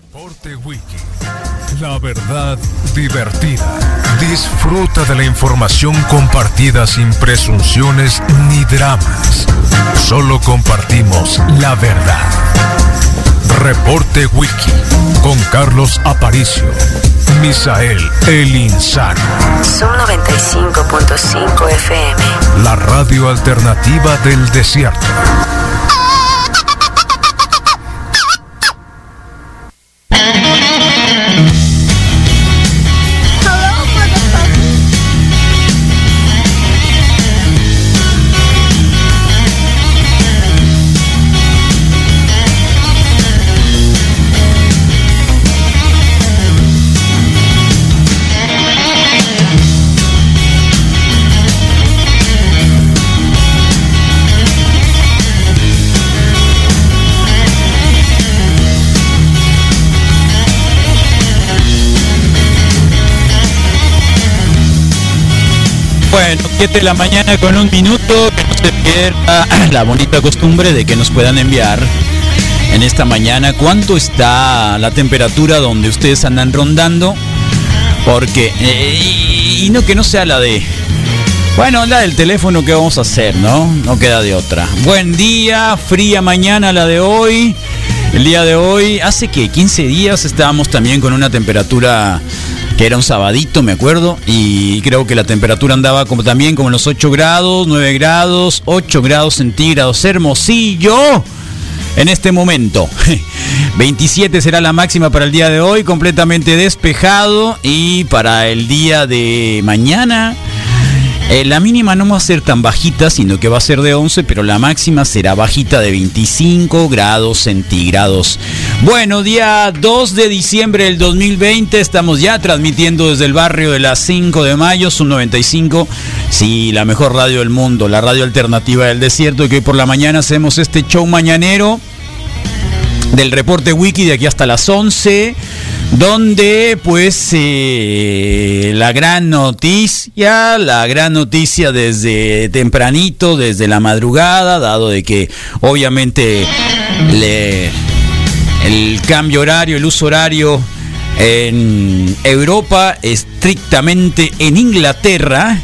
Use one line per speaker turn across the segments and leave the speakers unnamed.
Deporte Wiki. La verdad divertida. Disfruta de la información compartida sin presunciones ni dramas. Solo compartimos la verdad. Reporte Wiki con Carlos Aparicio. Misael El Insano.
Son 95.5 FM.
La radio alternativa del desierto.
Bueno, 7 de la mañana con un minuto, que no se pierda la bonita costumbre de que nos puedan enviar en esta mañana cuánto está la temperatura donde ustedes andan rondando, porque, eh, y no que no sea la de, bueno, la del teléfono que vamos a hacer, ¿no? No queda de otra. Buen día, fría mañana la de hoy. El día de hoy, hace que 15 días estábamos también con una temperatura que era un sabadito, me acuerdo, y creo que la temperatura andaba como también como en los 8 grados, 9 grados, 8 grados centígrados, hermosillo. En este momento, 27 será la máxima para el día de hoy, completamente despejado y para el día de mañana eh, la mínima no va a ser tan bajita, sino que va a ser de 11, pero la máxima será bajita de 25 grados centígrados. Bueno, día 2 de diciembre del 2020, estamos ya transmitiendo desde el barrio de las 5 de mayo, Sub 95, sí, la mejor radio del mundo, la radio alternativa del desierto, que hoy por la mañana hacemos este show mañanero del reporte wiki de aquí hasta las 11 donde pues eh, la gran noticia, la gran noticia desde tempranito, desde la madrugada, dado de que obviamente le- el cambio horario, el uso horario en Europa, estrictamente en Inglaterra,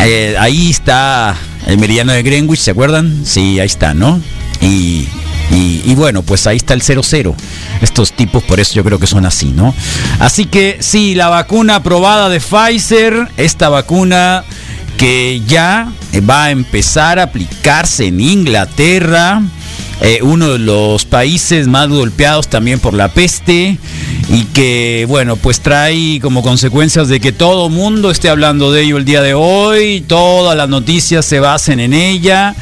eh, ahí está el meridiano de Greenwich, ¿se acuerdan? Sí, ahí está, ¿no? Y, y- y bueno, pues ahí está el 00. Estos tipos, por eso yo creo que son así, ¿no? Así que sí, la vacuna aprobada de Pfizer, esta vacuna que ya va a empezar a aplicarse en Inglaterra. eh, uno de los países más golpeados también por la peste y que bueno pues trae como consecuencias de que todo mundo esté hablando de ello el día de hoy, todas las noticias se basen en ella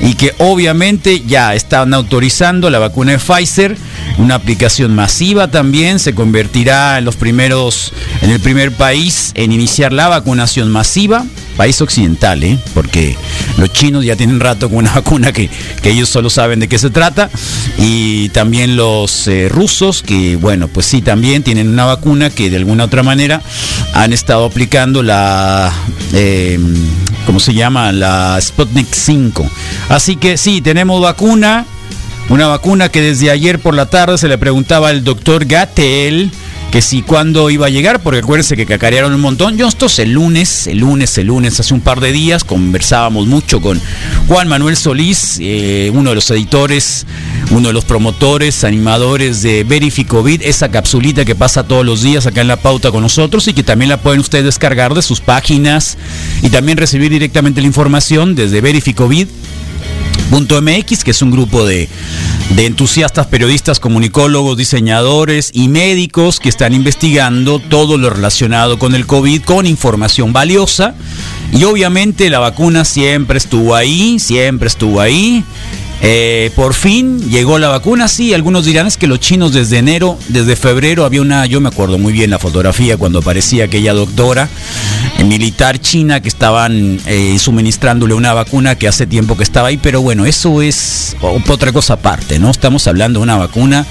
y que obviamente ya están autorizando la vacuna de Pfizer, una aplicación masiva también se convertirá en los primeros en el primer país en iniciar la vacunación masiva, país occidental, ¿eh? porque los chinos ya tienen rato con una vacuna que, que ellos solo saben de qué se trata, y también los eh, rusos, que bueno, pues sí, también tienen una vacuna que de alguna otra manera han estado aplicando la, eh, ¿cómo se llama? La Sputnik 5. Así que sí, tenemos vacuna, una vacuna que desde ayer por la tarde se le preguntaba al doctor Gatel que si cuándo iba a llegar, porque acuérdense que cacarearon un montón. Yo estos el lunes, el lunes, el lunes, hace un par de días conversábamos mucho con Juan Manuel Solís, eh, uno de los editores, uno de los promotores, animadores de Verificovit, esa capsulita que pasa todos los días acá en la pauta con nosotros y que también la pueden ustedes descargar de sus páginas y también recibir directamente la información desde Verificovit. Punto MX, que es un grupo de, de entusiastas, periodistas, comunicólogos, diseñadores y médicos que están investigando todo lo relacionado con el COVID con información valiosa. Y obviamente la vacuna siempre estuvo ahí, siempre estuvo ahí. Eh, por fin llegó la vacuna, sí, algunos dirán es que los chinos desde enero, desde febrero había una, yo me acuerdo muy bien la fotografía cuando aparecía aquella doctora eh, militar china que estaban eh, suministrándole una vacuna que hace tiempo que estaba ahí, pero bueno, eso es o- otra cosa aparte, ¿no? Estamos hablando de una vacuna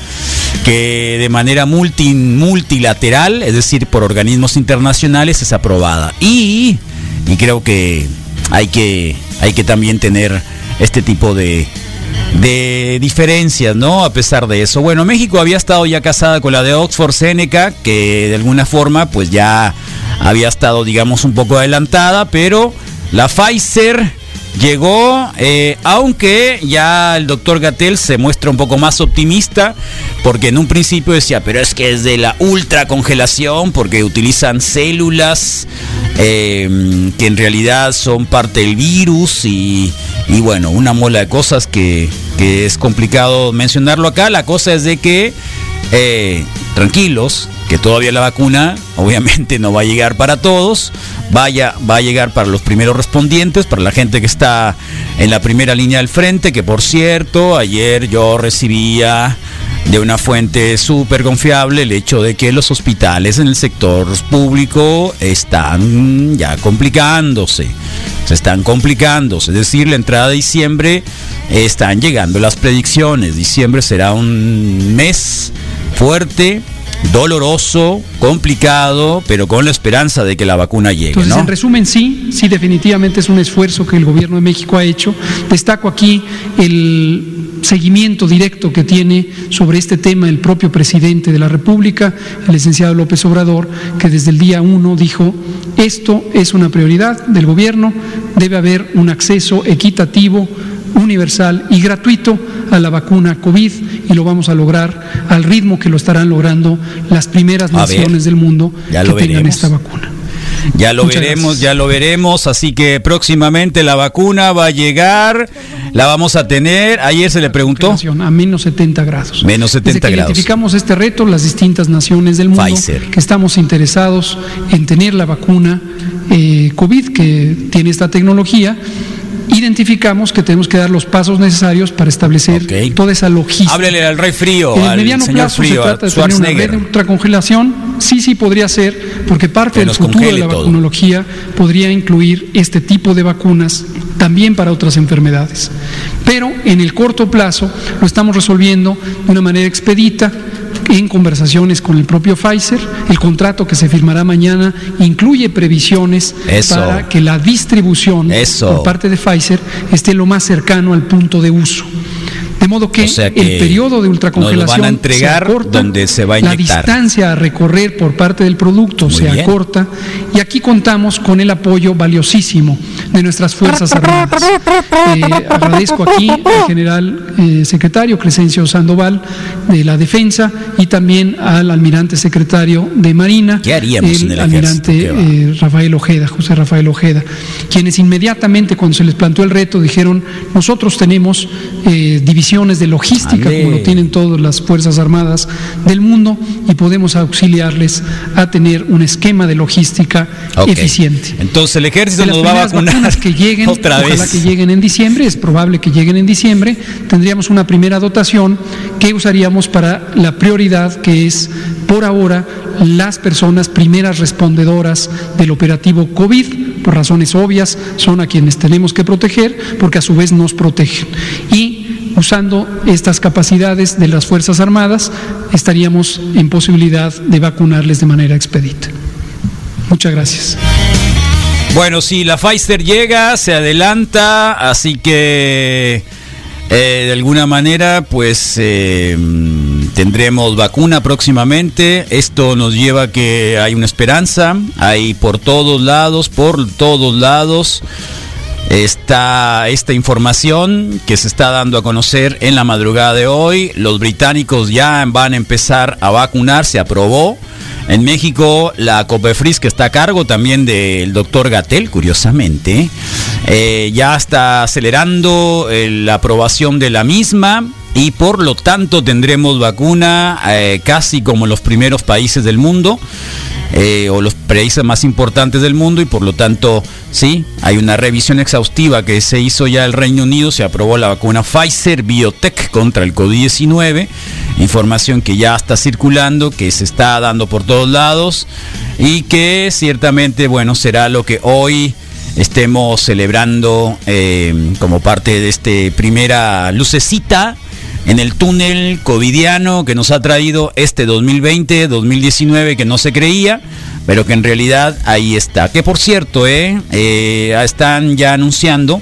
que de manera multi- multilateral, es decir, por organismos internacionales, es aprobada. Y, y creo que hay que, hay que también tener este tipo de, de diferencias, ¿no? A pesar de eso. Bueno, México había estado ya casada con la de Oxford Seneca, que de alguna forma pues ya había estado, digamos, un poco adelantada, pero la Pfizer llegó, eh, aunque ya el doctor Gatel se muestra un poco más optimista, porque en un principio decía, pero es que es de la ultracongelación, porque utilizan células eh, que en realidad son parte del virus y, y bueno, una mola de cosas que, que es complicado mencionarlo acá. La cosa es de que, eh, tranquilos, que todavía la vacuna obviamente no va a llegar para todos, vaya, va a llegar para los primeros respondientes, para la gente que está en la primera línea del frente, que por cierto, ayer yo recibía de una fuente súper confiable el hecho de que los hospitales en el sector público están ya complicándose, se están complicándose, es decir, la entrada de diciembre están llegando las predicciones, diciembre será un mes fuerte, doloroso, complicado, pero con la esperanza de que la vacuna llegue.
Entonces,
¿no?
en resumen, sí, sí, definitivamente es un esfuerzo que el gobierno de México ha hecho. Destaco aquí el seguimiento directo que tiene sobre este tema el propio presidente de la República, el licenciado López Obrador, que desde el día uno dijo, esto es una prioridad del gobierno, debe haber un acceso equitativo universal y gratuito a la vacuna COVID y lo vamos a lograr al ritmo que lo estarán logrando las primeras
A ver,
naciones del mundo
ya
que
lo
tengan
veremos.
esta vacuna.
Ya lo
Muchas
veremos,
gracias.
ya lo veremos. Así que próximamente la vacuna va a llegar, la vamos a tener. Ayer se le preguntó.
Nación, A menos 70 grados.
Menos 70
Desde que
grados.
Identificamos este reto, las distintas naciones del mundo
Pfizer.
que estamos interesados en tener la vacuna eh, COVID que tiene esta tecnología. Identificamos que tenemos que dar los pasos necesarios para establecer
Ok.
toda esa logística.
Háblele al rey frío,
En el
al
mediano
señor
plazo
frío,
se
a
trata de tener una red de
Schwarzenegger.
ultracongelación. Sí, sí podría ser, porque
Que
parte del
nos
futuro de
congele
la
todo.
vacunología podría incluir este tipo de vacunas también para otras enfermedades. Pero en el corto plazo lo estamos resolviendo de una manera expedita en conversaciones con el propio Pfizer. El contrato que se firmará mañana incluye previsiones
Eso.
para que la distribución
Eso.
por parte de Pfizer esté lo más cercano al punto de uso. De modo que,
O sea que
el periodo de
nos
ultracongelación
lo van a entregar
se acorta,
donde se va a
La
inyectar.
distancia a recorrer por parte del producto
Muy
se
bien.
acorta y aquí contamos con el apoyo valiosísimo de nuestras Fuerzas Armadas. Eh, agradezco aquí al general eh, secretario Crescencio Sandoval de la Defensa y también al almirante secretario de Marina,
¿Qué haríamos
el
en el
almirante
ejército? Qué va.
eh, eh, Rafael Ojeda, José Rafael Ojeda, quienes inmediatamente cuando se les planteó el reto dijeron, nosotros tenemos eh, divisiones de logística,
Ale.
como lo tienen todas las Fuerzas Armadas del mundo, y podemos auxiliarles a tener un esquema de logística
Ok.
eficiente.
Entonces el ejército
De las
nos va a
primeras vacunas
vacunar
que lleguen,
otra
ojalá
vez.
que lleguen en diciembre, es probable que lleguen en diciembre, tendríamos una primera dotación que usaríamos para la prioridad que es por ahora las personas primeras respondedoras del operativo COVID, por razones obvias, son a quienes tenemos que proteger porque a su vez nos protegen. Y usando estas capacidades de las Fuerzas Armadas estaríamos en posibilidad de vacunarles de manera expedita. Muchas gracias.
Bueno, sí, la Pfizer llega, se adelanta, así que eh, de alguna manera, pues eh, mm, tendremos vacuna próximamente. Esto nos lleva a que hay una esperanza, hay por todos lados, por todos lados. Está esta información que se está dando a conocer en la madrugada de hoy. Los británicos ya van a empezar a vacunar, se aprobó. En México, la COPEFRIS, que está a cargo también del doctor Gatel, curiosamente, eh, ya está acelerando eh, la aprobación de la misma y por lo tanto tendremos vacuna eh, casi como los primeros países del mundo eh, o los países más importantes del mundo y por lo tanto sí, hay una revisión exhaustiva que se hizo ya el Reino Unido, se aprobó la vacuna Pfizer Biotech contra el COVID-19, información que ya está circulando, que se está dando por todos lados y que ciertamente, bueno, será lo que hoy estemos celebrando eh, como parte de este primera lucecita en el túnel covidiano que nos ha traído este 2020, 2019 que no se creía, pero que en realidad ahí está. Que por cierto, eh, eh, están ya anunciando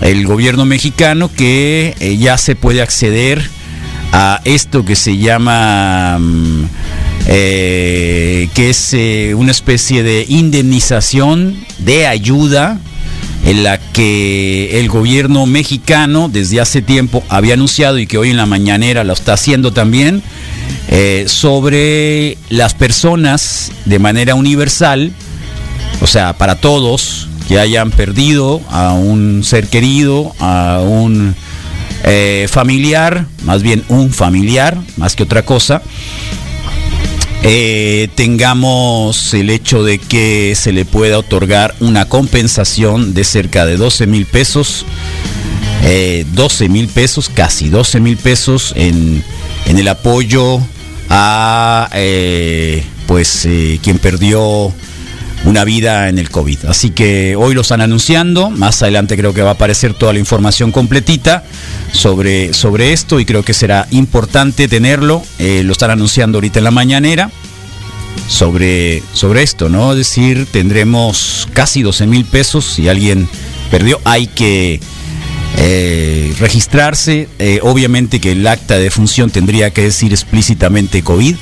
el gobierno mexicano que eh, ya se puede acceder a esto que se llama, mm, eh, que es eh, una especie de indemnización de ayuda en la que el gobierno mexicano desde hace tiempo había anunciado y que hoy en la mañanera lo está haciendo también, eh, sobre las personas de manera universal, o sea, para todos que hayan perdido a un ser querido, a un eh, familiar, más bien un familiar, más que otra cosa, eh, tengamos el hecho de que se le pueda otorgar una compensación de cerca de 12 mil pesos, eh, 12 mil pesos, casi 12 mil pesos en, en el apoyo a eh, pues eh, quien perdió una vida en el COVID. Así que hoy lo están anunciando, más adelante creo que va a aparecer toda la información completita sobre, sobre esto y creo que será importante tenerlo. Eh, lo están anunciando ahorita en la mañanera sobre, sobre esto, ¿no? Es decir, tendremos casi 12 mil pesos si alguien perdió. Hay que eh, registrarse. Eh, obviamente que el acta de función tendría que decir explícitamente COVID.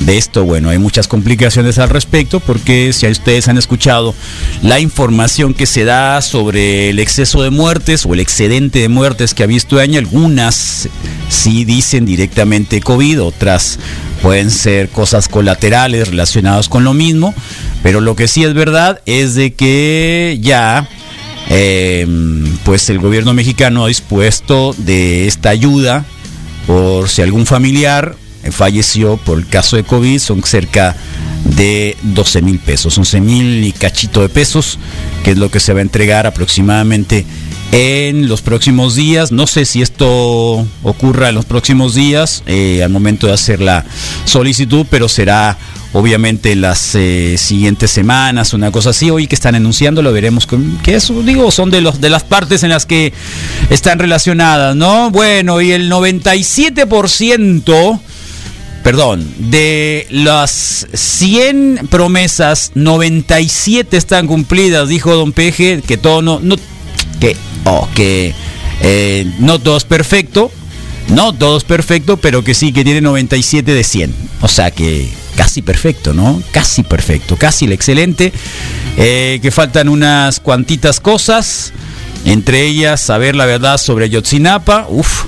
De esto, bueno, hay muchas complicaciones al respecto porque si ustedes han escuchado la información que se da sobre el exceso de muertes o el excedente de muertes que ha visto año, algunas sí dicen directamente COVID, otras pueden ser cosas colaterales relacionadas con lo mismo, pero lo que sí es verdad es de que ya eh, pues el gobierno mexicano ha dispuesto de esta ayuda por si algún familiar eh, falleció por el caso de COVID, son cerca de 12 mil pesos, 11 mil y cachito de pesos, que es lo que se va a entregar aproximadamente en los próximos días. No sé si esto ocurra en los próximos días, eh, al momento de hacer la solicitud, pero será obviamente las eh, siguientes semanas, una cosa así, hoy que están anunciando, lo veremos con que eso digo, son de los de las partes en las que están relacionadas, ¿no? Bueno, y el 97% Perdón, de las 100 promesas, 97 están cumplidas, dijo don Peje, que todo no, no que, oh, que eh, no todo es perfecto, no todo es perfecto, pero que sí que tiene 97 de 100. O sea que casi perfecto, ¿no? Casi perfecto, casi el excelente. Eh, que faltan unas cuantitas cosas, entre ellas saber la verdad sobre Ayotzinapa, uff.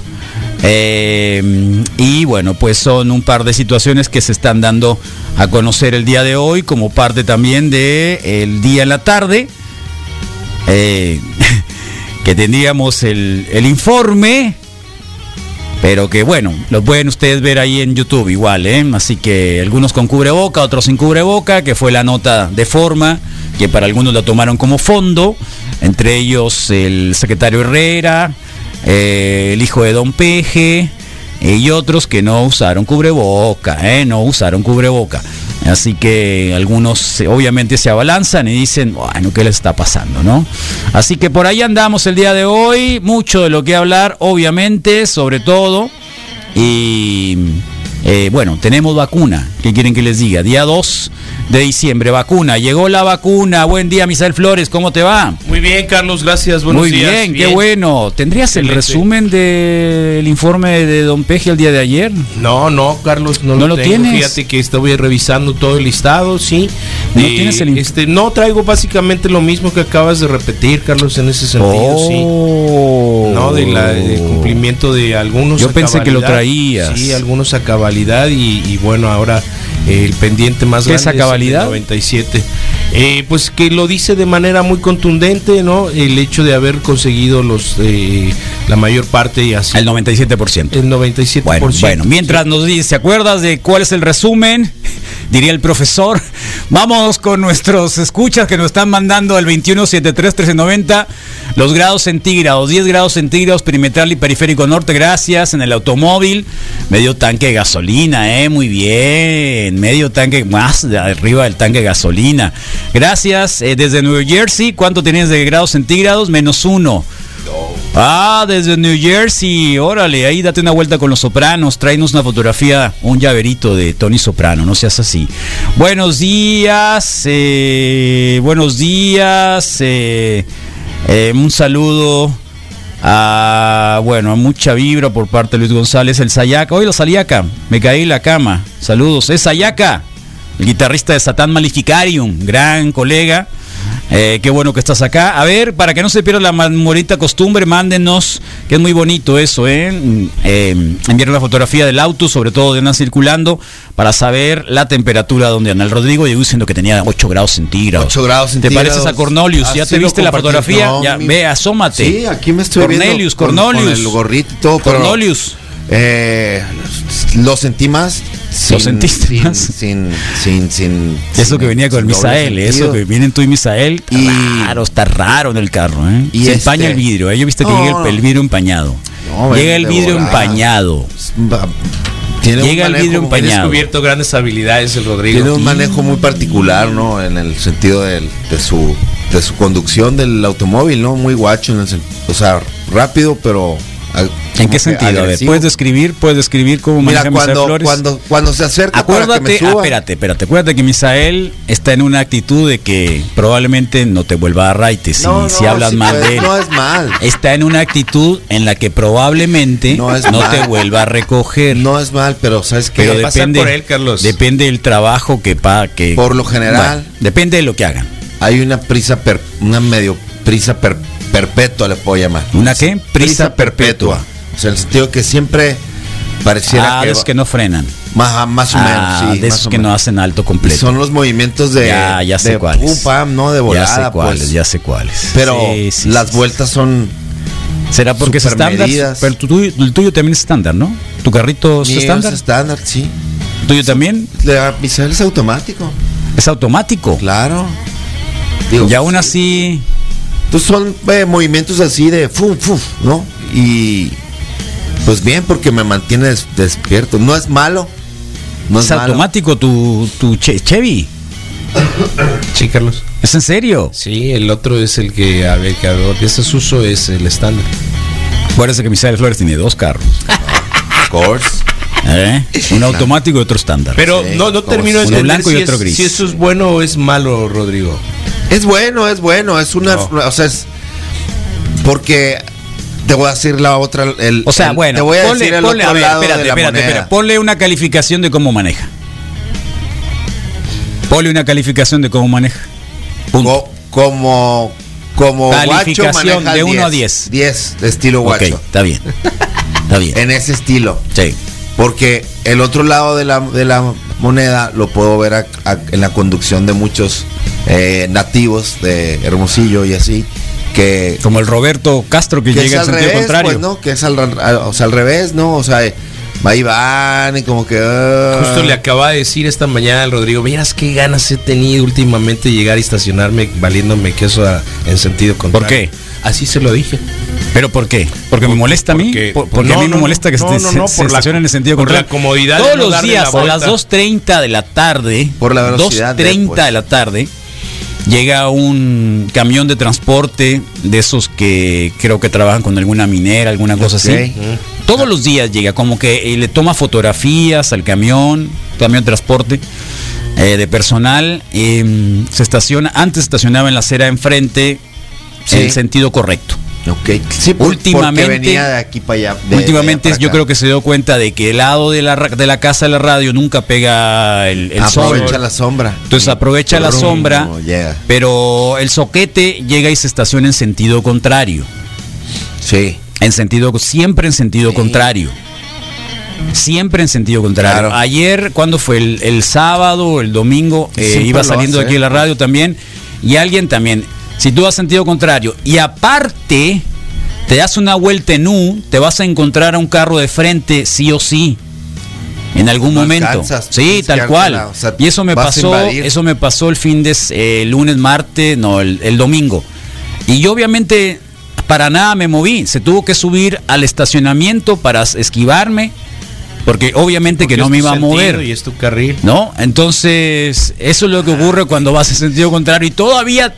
Eh, y bueno, pues son un par de situaciones que se están dando a conocer el día de hoy como parte también de el día en la tarde. eh, que tendríamos el, el informe, pero que bueno, lo pueden ustedes ver ahí en YouTube igual, ¿eh? Así que algunos con cubreboca, otros sin cubreboca, que fue la nota de forma, que para algunos la tomaron como fondo, entre ellos el secretario Herrera, eh, el hijo de Don Peje, y otros que no usaron cubreboca, ¿eh? No usaron cubreboca. Así que algunos eh, obviamente se abalanzan y dicen, bueno, ¿qué les está pasando, no? Así que por ahí andamos el día de hoy, mucho de lo que hablar, obviamente, sobre todo. Y eh, bueno, tenemos vacuna, ¿qué quieren que les diga? Día 2 de diciembre, vacuna, llegó la vacuna. Buen día, Misael Flores, ¿cómo te va?
Muy bien, Carlos, gracias. Buenos
Muy
días.
bien, qué bueno. ¿Tendrías el
Excelente.
resumen del informe de Don Peje el día de ayer?
No, no, Carlos, no,
¿No lo
tengo.
tienes?
Fíjate que estoy revisando todo el listado, sí.
¿No tienes el inf-
este, No, traigo básicamente lo mismo que acabas de repetir, Carlos, en ese sentido, sí.
Oh.
No, de la- del cumplimiento de algunos.
Yo
a
pensé que lo
cabalidad.
traías.
Sí, algunos a cabalidad y, y bueno, ahora eh, el pendiente más
¿Qué
grande
es a
el
cabalidad?
97. Eh, pues que lo dice de manera muy contundente, ¿no? El hecho de haber conseguido los eh, la mayor parte y así.
Al 97%.
El 97%.
Bueno, bueno, mientras nos dice, ¿se acuerdas de cuál es el resumen? Diría el profesor. Vamos con nuestros escuchas que nos están mandando al 2173-1390, los grados centígrados, 10 grados centígrados, perimetral y periférico norte, gracias, en el automóvil, medio tanque de gasolina, eh, muy bien, medio tanque más de arriba del tanque de gasolina. Gracias, eh, desde Nueva Jersey, ¿cuánto tenías de grados centígrados? Menos uno. Ah, desde New Jersey, órale, ahí date una vuelta con los sopranos, tráenos una fotografía, un llaverito de Tony Soprano, no seas así. Buenos días, eh, buenos días, eh, eh, un saludo a, bueno, a mucha vibra por parte de Luis González, el Sayaca. Hoy la Sayaca, me caí en la cama. Saludos, es Sayaca, el guitarrista de Satán Malificarium, gran colega. Eh, qué bueno que estás acá. A ver, para que no se pierda la morita costumbre, mándenos, que es muy bonito eso, ¿eh? Eh, enviar la fotografía del auto, sobre todo de andan circulando, para saber la temperatura donde andan. El Rodrigo llegó diciendo que tenía 8 grados centígrados.
8 grados
¿Te
centígrados.
pareces a Cornelius? ¿Ya
Así
te
lo
viste la
compartí.
fotografía?
No,
ya,
mi-
ve, asómate.
Sí, aquí me estoy
Cornelius,
viendo con-
Cornelius.
Con el gorrito y todo, pero-
Cornelius.
Eh, lo sentí más. sin-
sentiste
sin,
más.
Sin, sin, sin-
Eso
sin-
que venía con el
sin doble
Misael, eso
sentido.
que vienen tú y Misael.
Y-
Claro, está raro en el carro, ¿eh?
Y
Se
este-
empaña el vidrio. ¿eh? Yo viste que
No,
llega el,
no.
el vidrio empañado.
No, ven,
llega el
de
vidrio
volada.
empañado.
Va- Tiene un
Llega el
manejo
vidrio
muy-
Ha
empañado.
descubierto grandes habilidades el
Tiene
Rodrigo.
un manejo muy particular, ¿no? En el sentido del- de su de su conducción del automóvil, ¿no? Muy guacho, en el sen- o sea, rápido, pero a-
¿En
como
qué
que
sentido? A ver,
agresivo.
¿puedes describir? ¿Puedes describir cómo
Mira,
maneja Misael
cuando,
Flores?
cuando, cuando se acerca para que
Acuérdate,
me
ah,
suba,
espérate, espérate, acuérdate que Misael está en una actitud de que probablemente no te vuelva a raite si,
No,
si
no,
hablas
sí,
mal
pues,
de él. Eh,
no es mal.
Está en una actitud en la que probablemente no,
No es
te
mal.
vuelva a recoger.
Eh, no es mal, pero sabes que
pero
de- pasar
depende
por él, Carlos.
Depende del trabajo que pa, que
Por lo general.
Bueno, depende de lo que hagan.
hay una prisa per- una medio prisa per- perpetua le puedo llamar.
¿Una qué?
Prisa, perpetua. O sea, en el sentido que siempre pareciera
Ah,
que,
de esos que no frenan.
más, más o menos,
Ah,
sí,
de
más
esos
o
que no
menos.
hacen alto
Y
completo.
son los movimientos de
ya, ya sé
de
cuáles.
pum, pam, no de volada,
ya sé cuáles,
pues.
ya sé cuáles.
Pero
Sí, sí,
las
sí, sí.
vueltas son
Será porque es estándar.
supermedidas.
Pero tu, tuyo- el tuyo también es estándar, ¿no? ¿Tu carrito es
míos
estándar?
estándar, sí.
¿El ¿Tuyo también?
La- mi cel es automático,
Es automático.
claro.
y aún
sí.
así.
Entonces son eh, movimientos así de fum, fum, ¿no? Y pues bien, porque me mantiene des- despierto. No es malo. No es,
es
malo.
automático tu, tu Che- Chevy.
Sí, Carlos.
¿Es en serio?
Sí, el otro es el que, a ver, que ese uso es el estándar.
Acuérdese que Misael Flores tiene dos carros.
Of course.
¿eh? Un automático y otro estándar.
Pero
Sí,
no, no
como
termino de
uno
entender
blanco y
si,
otro
es-
gris.
si eso es bueno o es malo, Rodrigo.
Es bueno, es bueno. Es una. O sea, es. Porque. Te voy a decir la otra. El,
o sea,
el-
bueno,
te voy a
ponle,
decir el
ponle-
otro
a ver,
lado
espérate,
de la
espérate,
moneda.
espérate. Ponle una calificación de cómo maneja. Ponle una calificación de cómo maneja. Punto.
Co- como. Como guacho
Calificación
maneja
de
el
uno a diez.
10 de estilo
ok,
guacho.
está bien. Está bien.
En ese estilo.
Sí.
Porque el otro lado de la, de la moneda lo puedo ver a- a- en la conducción de muchos eh, nativos de Hermosillo y así, que,
Como el Roberto Castro que,
que
llega al sentido contrario.
pues, ¿no? Que es al, al- o sea, al revés, ¿no? O sea, eh, ahí van y como que... ah.
Justo le acaba de decir esta mañana al Rodrigo, miras qué ganas he tenido últimamente de llegar y estacionarme valiéndome queso a- en sentido contrario.
qué?
Así se lo dije.
¿Pero por qué? ¿Porque me molesta a mí?
porque-
Por- porque
no,
a mí me
no,
molesta que
no,
se,
no,
se-
no,
se
por la-
estacione en el sentido
por la
contrario.
comodidad de
Todos
no
los
darle
días
la
a las
vuelta.
2.30 de la tarde.
Por la velocidad de,
2.30 de
pues.
la tarde. Llega un camión de transporte de esos que creo que trabajan con alguna minera, alguna cosa así.
Ok.
Todos los días llega, como que eh, le toma fotografías al camión, camión de transporte eh, de personal. eh, se estaciona, antes estacionaba en la acera enfrente,
Sí.
en sentido correcto.
Ok. Sí, por-
Últimamente-
porque venía de aquí para allá. de- de
Últimamente
allá para
yo
acá.
creo que se dio cuenta de que el lado de la, ra- de la casa de la radio nunca pega el, el sol.
Aprovecha la sombra.
Entonces aprovecha la
Brum,
sombra,
llega.
pero el soquete llega y se estaciona en sentido contrario.
Sí.
En sentido, siempre en sentido contrario. Siempre en sentido contrario.
Claro.
Ayer, cuando fue? El, el sábado, el domingo, eh,
Siempre
iba
lo
saliendo de
hace,
aquí de la radio también. Y alguien también. Si tú vas sentido contrario y aparte te das una vuelta en U, te vas a encontrar a un carro de frente, sí o sí. En algún
No
momento.
alcanzas,
sí,
tienes que
tal
darte
cual.
la- o sea,
y eso me
vas a
pasó,
invadir.
eso me pasó el fin de s- eh, lunes, martes, no, el, el domingo. Y yo obviamente para nada me moví, se tuvo que subir al estacionamiento para s- esquivarme, porque obviamente
Porque
que no
es
me
tu
iba a
sentido
mover.
Y es tu carril.
¿No? Entonces, eso es lo que ocurre cuando vas en sentido contrario y todavía,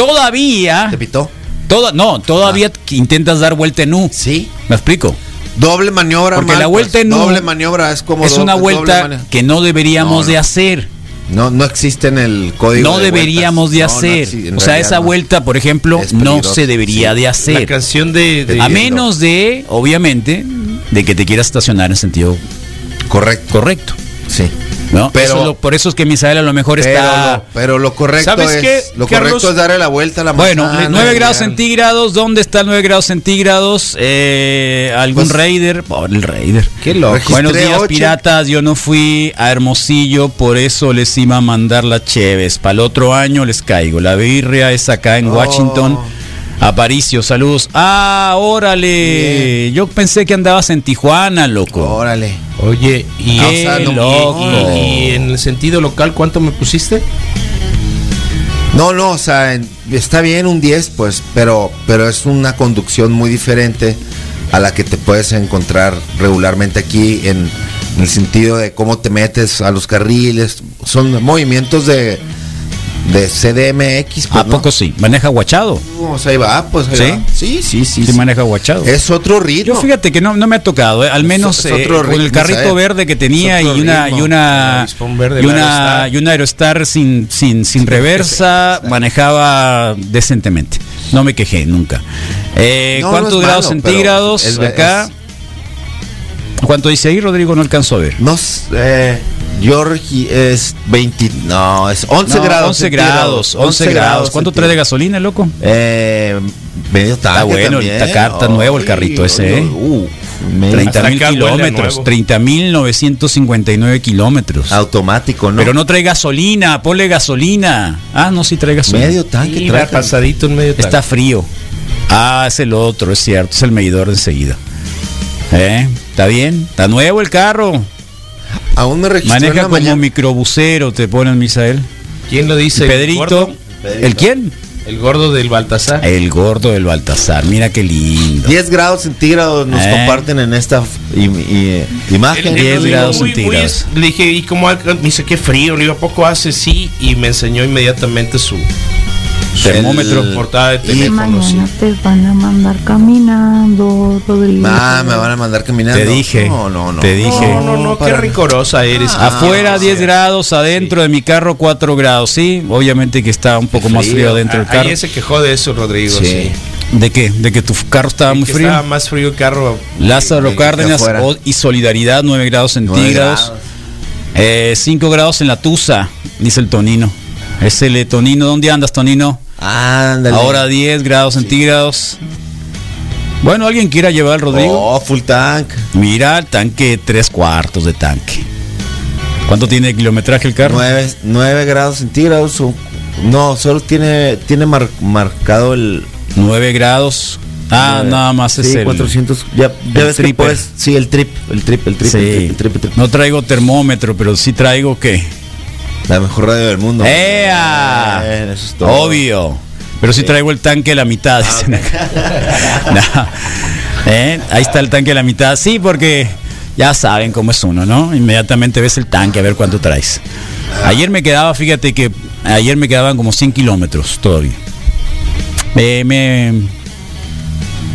todavía,
¿Te pitó?
toda, no, todavía que intentas dar vuelta en U.
Sí.
¿Me explico?
Doble maniobra.
Porque la vuelta en U
Doble maniobra es como.
es
do-
una
doble
vuelta
mane-
que no deberíamos
No, no.
de hacer.
No, no existe en el código.
no deberíamos de
vueltas. No, no
hacer.
exi- en
o sea,
realidad
esa
no.
vuelta, por ejemplo,
Es
no
peligroso,
se debería
sí.
de
La
hacer.
canción de, de-
A
Sí,
menos de, obviamente, de que te quieras estacionar en sentido
Correcto.
correcto.
Sí.
¿no?
Pero-
Eso es lo- por eso es que Misael a lo mejor
Pero,
está...
lo, pero lo correcto
¿Sabes
es
qué,
lo
Carlos?
correcto es darle la vuelta a la
Bueno,
manzana
9
y
grados
llegar.
centígrados, ¿dónde está el 9 grados centígrados? Eh, ¿Algún
Pues-
Raider? Pobre el Raider.
Qué loco.
Buenos
Registré
días,
ocho.
piratas. Yo no fui a Hermosillo, por eso les iba a mandar la Cheves. Para el otro año les caigo. La birria es acá en
Oh.
Washington. Aparicio, saludos. Ah, órale. Yo pensé que andabas en Tijuana, loco.
Órale.
Oye, y,
Qué
Ah,
y- y-
loco.
y, en el sentido local, ¿cuánto me pusiste?
No, no, o sea, en- está bien un 10, pues, pero, pero es una conducción muy diferente a la que te puedes encontrar regularmente aquí en, en el sentido de cómo te metes a los carriles. Son movimientos de, de CDMX.
¿A
pues, ¿no?
poco sí? ¿Maneja guachado?
O sea, ahí va, pues ahí
¿Sí?
va. Sí, sí, sí.
Sí,
sí.
maneja guachado.
Es otro ritmo.
Yo fíjate que no, no me ha tocado, eh, al menos
es
eh,
otro
con el
ritmo,
carrito
¿sabes?
verde que tenía
Es
y
otro
una y
ritmo. El
una
avispón verde,
y
el
una
Aerostar.
y un Aerostar sin sin sin reversa manejaba decentemente. No me quejé nunca. Eh,
No, no
¿Cuántos
es malo,
grados
pero
centígrados
es-
acá? ¿Cuánto dice ahí, Rodrigo? No alcanzo a ver.
No sé, eh, Georgie es 20, no, es 11
No,
grados.
11
centígrados,
grados, 11 grados. ¿Cuánto trae de
centígrados.
gasolina, loco?
Eh, medio tanque
bueno,
también.
ahorita acá está nuevo el carrito ese, ¿eh?
uh, medio
30
Hasta
mil
acá huele a
kilómetros,
nuevo.
30 mil 959 kilómetros.
automático, Ah, ¿no?
Pero no trae gasolina, ponle gasolina. Ah, no, sí trae gasolina.
medio tanque
Y
trae
la pasadito en medio de
Está frío. Ah, es el otro, es cierto. Es el medidor de enseguida. ¿Eh? ¿Está bien? ¿Está nuevo el carro?
Aún me registró en
Maneja
la
como
mañana.
microbusero, te ponen, Misael.
¿Quién lo dice? ¿El
Pedrito.
gordo?
Pedrito.
¿El quién?
El gordo del Baltasar.
El gordo del Baltasar. Mira qué lindo.
10 grados centígrados nos
Eh.
comparten en esta im- i- imagen.
Él- él lo
10
dijo
grados
muy- muy
centígrados.
es- le dije, ¿y cómo? al- Me dice, qué frío. Le digo, ¿a poco hace? Sí. Y me enseñó inmediatamente su, su
Termómetro.
portada de
Y-
teléfono. sí.
Mañana te van a mandar caminando, Rodrigo.
Ah, me van a mandar caminando.
Te dije,
No, no, no.
te dije.
No, no, no, qué
para-
rencorosa eres.
Afuera
Ah,
10
sí.
grados, adentro de mi carro 4 grados. Sí, obviamente que está un poco más frío dentro del
Ah,
carro.
Ayer se quejó de eso, Rodrigo.
Sí.
Sí.
¿De qué? ¿De que tu carro estaba
Que
muy frío?
Estaba más frío el carro.
Lázaro
Sí,
Cárdenas
afuera.
o- y Solidaridad, 9 grados centígrados.
grados.
5 grados en la Tusa, dice el Tonino. Es el eh, Tonino, ¿dónde andas, Tonino?
Ándale.
Ahora 10 grados centígrados. Bueno, alguien quiera llevar al Rodrigo.
Oh, full tank.
Mira, el tanque, tres cuartos de tanque. ¿Cuánto tiene de kilometraje el carro?
9, grados centígrados. o- No, solo tiene, tiene mar- marcado el.
9 grados. Ah,
eh,
nada más es
sí,
el.
400. Ya, ya
el
ves que
triple.
puedes. Sí, el trip. El trip, el trip,
Sí.
el trip, el trip, el trip.
No traigo termómetro, pero sí traigo que.
La mejor radio del mundo.
¡Ea!
Bien, eso es todo.
Obvio. Pero si traigo el tanque a la mitad. dicen acá.
Ah,
No. ¿Eh? Ahí está el tanque a la mitad. Sí, porque ya saben cómo es uno, ¿no? Inmediatamente ves el tanque a ver cuánto traes. Ayer me quedaba, fíjate que ayer me quedaban como 100 kilómetros todavía. Eh, me,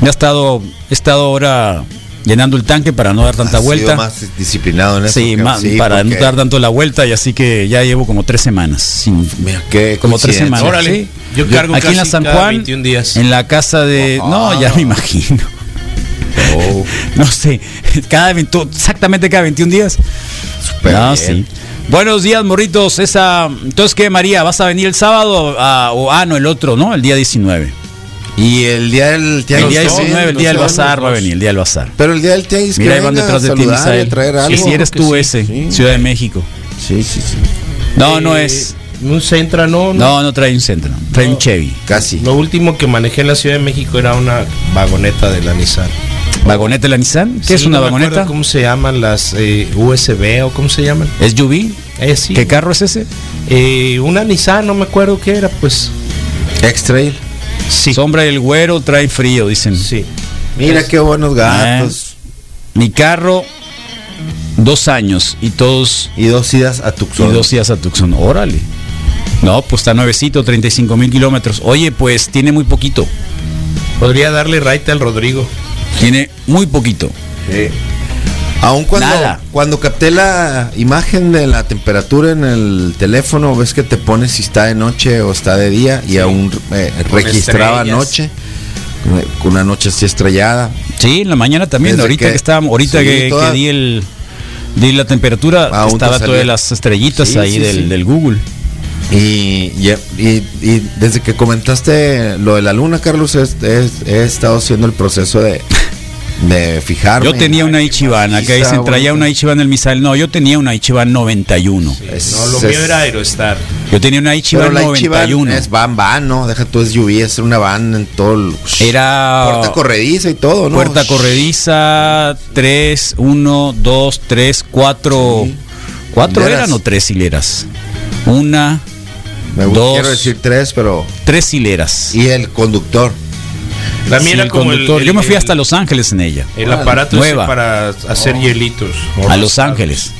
me ha estado, he estado ahora llenando el tanque para no dar tanta
Has sido
vuelta.
más disciplinado en eso.
Sí,
que-
ma- para no
porque-
dar tanto la vuelta y así que ya llevo como tres semanas sin
Mira, qué
como tres
coincidencia.
semanas.
Órale.
sí.
Yo cargo
aquí en la
casi
San
cada
Juan,
21 días.
en la casa de, no, ya me imagino.
Oh,
No sé, cada 20 exactamente cada 21 días.
súper
No, sí.
bien.
Buenos días, morritos. Esa, entonces qué, María, vas a venir el sábado Ah, o ah no, el otro, ¿no? El día 19.
Y el día del tianguis.
el día
dos,
19, el día del
los dos,
bazar
los
va a
dos.
venir, el día del bazar.
Pero el día del tianguis.
Mira,
que
ahí van
vengan a
detrás de ti,
saludar y a
Misael.
traer algo.
Y si eres tú ese,
sí.
Ciudad de México.
Sí, sí, sí.
No, no
Eh,
es.
Un centro, no, no.
No, no trae un centro, trae un Chevy.
Casi.
Lo último que manejé en la Ciudad de México era una vagoneta de la Nissan.
¿Vagoneta de la Nissan? ¿Qué
Sí,
es una
no me acuerdo
vagoneta?
¿Cómo se llaman las eh, USB o cómo se llaman?
¿Es SUV?
Eh, sí.
¿Qué carro es ese?
Eh, una Nissan, no me acuerdo qué era, pues.
Extrail.
Sí.
Sombra del güero trae frío, dicen.
Sí.
Mira qué buenos gatos.
Mi carro, dos años y todos
Y dos idas a
Eh. y
Tucson.
dos días a Tucson. Órale. No, pues está nuevecito, 35 mil kilómetros. Oye, pues tiene muy poquito.
Podría darle raite al Rodrigo.
Tiene muy poquito.
Sí. Aun cuando,
Nada.
cuando capté la imagen de la temperatura en el teléfono, ves que te pone si está de noche o está de día y aún eh,
Con
registraba
estrellas.
noche, eh, con una noche así estrellada.
Sí, en la mañana también,
Desde
ahorita
que-
que, estábamos, ahorita
sí,
que,
toda-
que di el di la temperatura,
Aún te
estaba
salía.
todas las estrellitas
Sí,
ahí
sí,
del,
sí.
del Google.
Y, y- y- y desde que comentaste lo de la luna, Carlos, es- es- he estado haciendo el proceso de, de fijarme.
Yo tenía una Ichiban, acá
Está
dicen, traía
bonito.
una Ichiban el misal. No, yo tenía una Ichiban 91.
Es-
No, lo
es-
mío era Aerostar.
Yo tenía una
Pero
Ichiban
la Ichiban
91.
es van, van, ¿no? Deja tú, es lluvia, es una van en todo el...
Era
Puerta corrediza y todo, ¿no?
puerta corrediza, 3, 1, 2, 3, 4.
Sí.
4
Hileras.
eran o 3 hileras. Una,
Me gusta,
Dos.
quiero decir tres, pero...
tres hileras.
Y el conductor.
La
Sí,
mía era
el
como el-
conductor.
el-
yo me fui
el-
hasta Los Ángeles en ella.
El aparato ese
Nueva. Oh.
para hacer hielitos.
A Los Ángeles.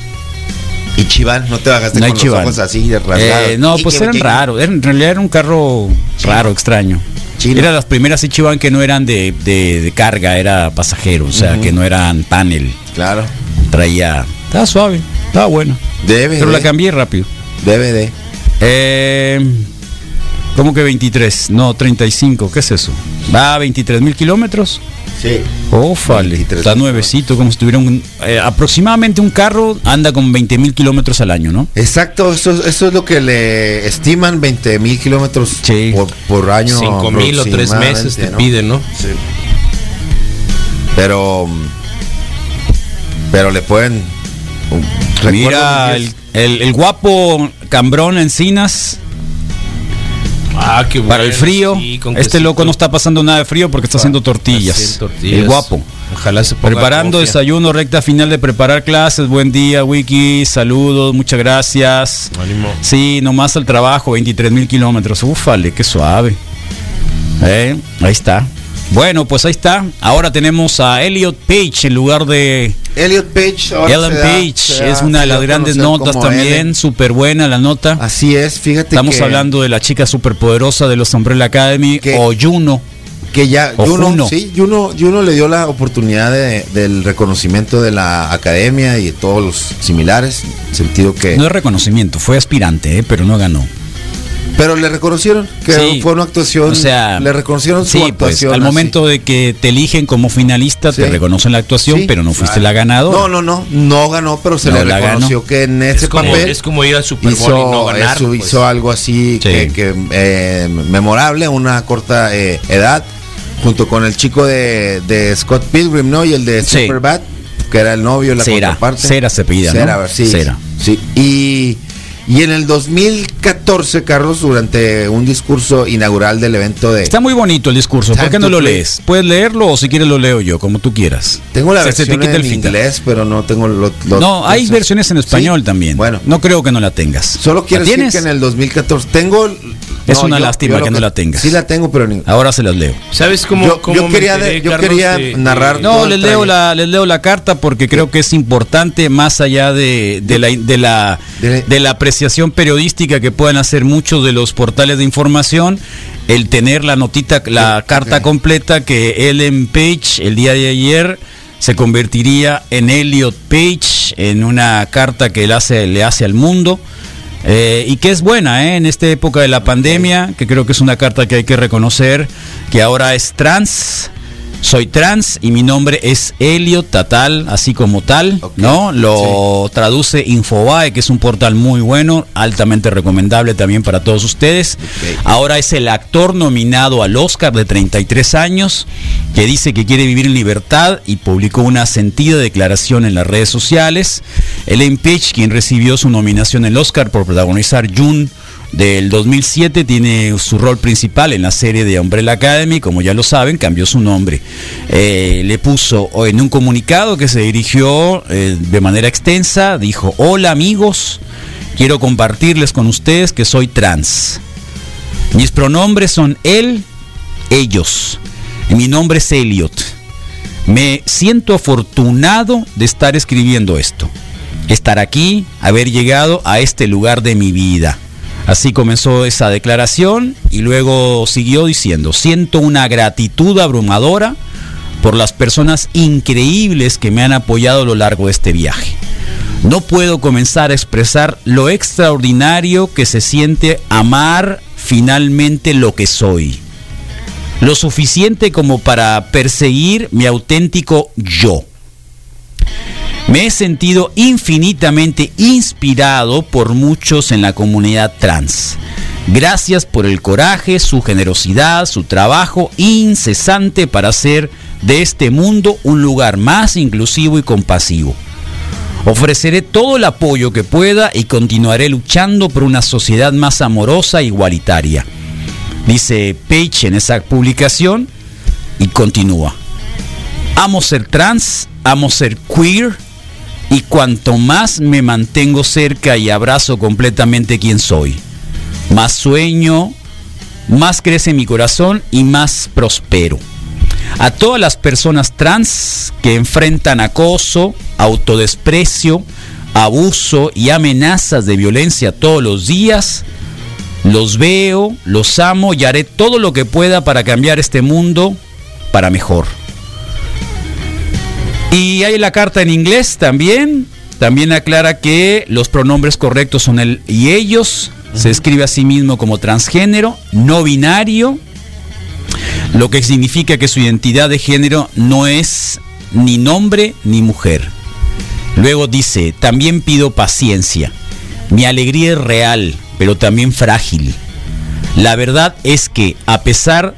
Ichiban, no te bajaste
No hay
con
Chiván.
los ojos así de rasgado.
Eh, no, pues
Chiqui,
eran
chiqui.
raros. era- en realidad era un carro raro, extraño.
Chino.
Eran las primeras Ichiban que no eran de, de- de carga, era pasajero, o sea, que no eran panel.
Claro.
Traía. Estaba suave, estaba bueno.
Debe
Pero la
de,
cambié rápido.
debe de.
Eh, ¿Cómo que 23? No, 35. ¿Qué es eso? Va a 23 mil kilómetros.
Sí.
Ófale,
23.000
está nuevecito, como si tuviera un. eh, aproximadamente un carro anda con 20 mil kilómetros al año, ¿no?
Exacto, eso, es- eso es lo que le estiman 20 mil kilómetros
Sí.
por, por año.
5 mil o 3 meses te
aproximadamente, ¿no?
piden, ¿no?
Pero. Pero le pueden.
Mira,
Recuerdo
el,
un
el- el guapo Cambrón Encinas,
Ah, qué bueno.
para el frío.
sí, con
este
quesito.
loco no está pasando nada de frío porque está haciendo tortillas.
Haciendo tortillas.
El guapo.
Ojalá se ponga
Preparando
cofia.
desayuno, recta final de preparar clases. Buen día, Wiki. Saludos, muchas gracias.
Ánimo.
Sí, nomás al trabajo, 23 mil kilómetros. Ufale, qué suave. Eh, ahí está. Bueno, pues ahí está. Ahora tenemos a Elliot Page en lugar de
Elliot Page. ahora
Ellen
se da- se
Page.
da-
Es una de las
se dio a
grandes
conocer
notas
como
también.
Ellen.
Súper buena la nota.
Así es, fíjate
Estamos
que-
hablando de la chica superpoderosa de los Umbrella Academy
Que-
o Juno.
que ya
O
Juno,
Juno.
sí, Juno, Juno le dio la oportunidad de- del reconocimiento de la academia y de todos los similares, sentido que
No es reconocimiento, fue aspirante, eh, pero no ganó.
pero le reconocieron que
Sí.
fue una actuación,
O sea,
le reconocieron su
sí, pues,
actuación
al
así.
momento de que te eligen como finalista, te
Sí.
reconocen la actuación,
Sí. Ah,
pero no fuiste la ganadora.
No, no, no, no ganó, pero se
No
le
la
reconoció
ganó.
que en ese
Es como,
papel
es como ir al Super Bowl
hizo,
y no ganar.
eso,
pues.
hizo algo así
Sí.
que, que, eh, memorable, una corta eh, edad, junto con el chico de, de Scott Pilgrim, ¿no? Y el de
Sí.
Superbad, que era el novio, la
Cera,
contraparte.
Cera se apellida, ¿no?
Cera, a ver, sí,
Cera.
sí. Y, y en el 2014, Carlos, durante un discurso inaugural del evento de...
Está muy bonito el discurso. ¿Por
Time
qué no
to
lo
play.
lees? Puedes leerlo o si quieres lo leo yo, como tú quieras.
Tengo la
Se- se te
versión
quita el
en
finta.
inglés, pero no tengo lo- lo-
No, hay
los-
versiones en
¿Sí?
español también.
Bueno,
no creo que no la tengas.
Solo quiero
¿La
decir
tienes?
que en el 2014 tengo.
Es una lástima
lo
que no la tengas. Ah.
Sí la tengo, pero ni-
Ahora se las leo.
¿Sabes cómo,
Yo-
cómo
yo quería de- yo quería narrar-
No,
No,
Todo
les
el
leo,
tráiler.
la, les leo la carta porque creo que es importante más allá de, de la, de, la,
De-
de la apreciación periodística que puedan hacer muchos de los portales de información, el tener la notita, la
Sí,
carta
ok.
completa que Ellen Page el día de ayer se convertiría en Elliot Page en una carta que le hace, le hace al mundo. eh, y que es buena ¿eh? en esta época de la pandemia, que creo que es una carta que hay que reconocer, que ahora es trans, soy trans y mi nombre es Helio Tatal, así como tal,
Ok,
¿no? Lo traduce Infobae, que es un portal muy bueno, altamente recomendable también para todos ustedes. Ahora es el actor nominado al Oscar de 33 años, que dice que quiere vivir en libertad y publicó una sentida declaración en las redes sociales. Ellen Page, quien recibió su nominación al Oscar por protagonizar June del 2007 tiene su rol principal en la serie de Umbrella Academy, como ya lo saben, cambió su nombre. Eh, le puso o en un comunicado que se dirigió eh, de manera extensa, dijo, hola amigos, quiero compartirles con ustedes que soy trans. Mis pronombres son él, ellos. Y Mi nombre es Elliot. Me siento afortunado de estar escribiendo esto, estar aquí, haber llegado a este lugar de mi vida. Así comenzó esa declaración y luego siguió diciendo, siento una gratitud abrumadora por las personas increíbles que me han apoyado a lo largo de este viaje. No puedo comenzar a expresar lo extraordinario que se siente amar finalmente lo que soy. Lo suficiente como para perseguir mi auténtico yo. Me he sentido infinitamente inspirado por muchos en la comunidad trans. Gracias por el coraje, su generosidad, su trabajo incesante para hacer de este mundo un lugar más inclusivo y compasivo. Ofreceré todo el apoyo que pueda y continuaré luchando por una sociedad más amorosa e igualitaria. Dice Page en esa publicación y continúa. Amo ser trans, amo ser queer y cuanto más me mantengo cerca y abrazo completamente quien soy, más sueño, más crece mi corazón y más prospero. A todas las personas trans que enfrentan acoso, autodesprecio, abuso y amenazas de violencia todos los días, los veo, los amo y haré todo lo que pueda para cambiar este mundo para mejor. Y hay la carta en inglés también. También aclara que los pronombres correctos son el y ellos. Se escribe a sí mismo como transgénero, no binario, lo que significa que su identidad de género no es ni nombre ni mujer. Luego dice, también pido paciencia. Mi alegría es real, pero también frágil. La verdad es que, a pesar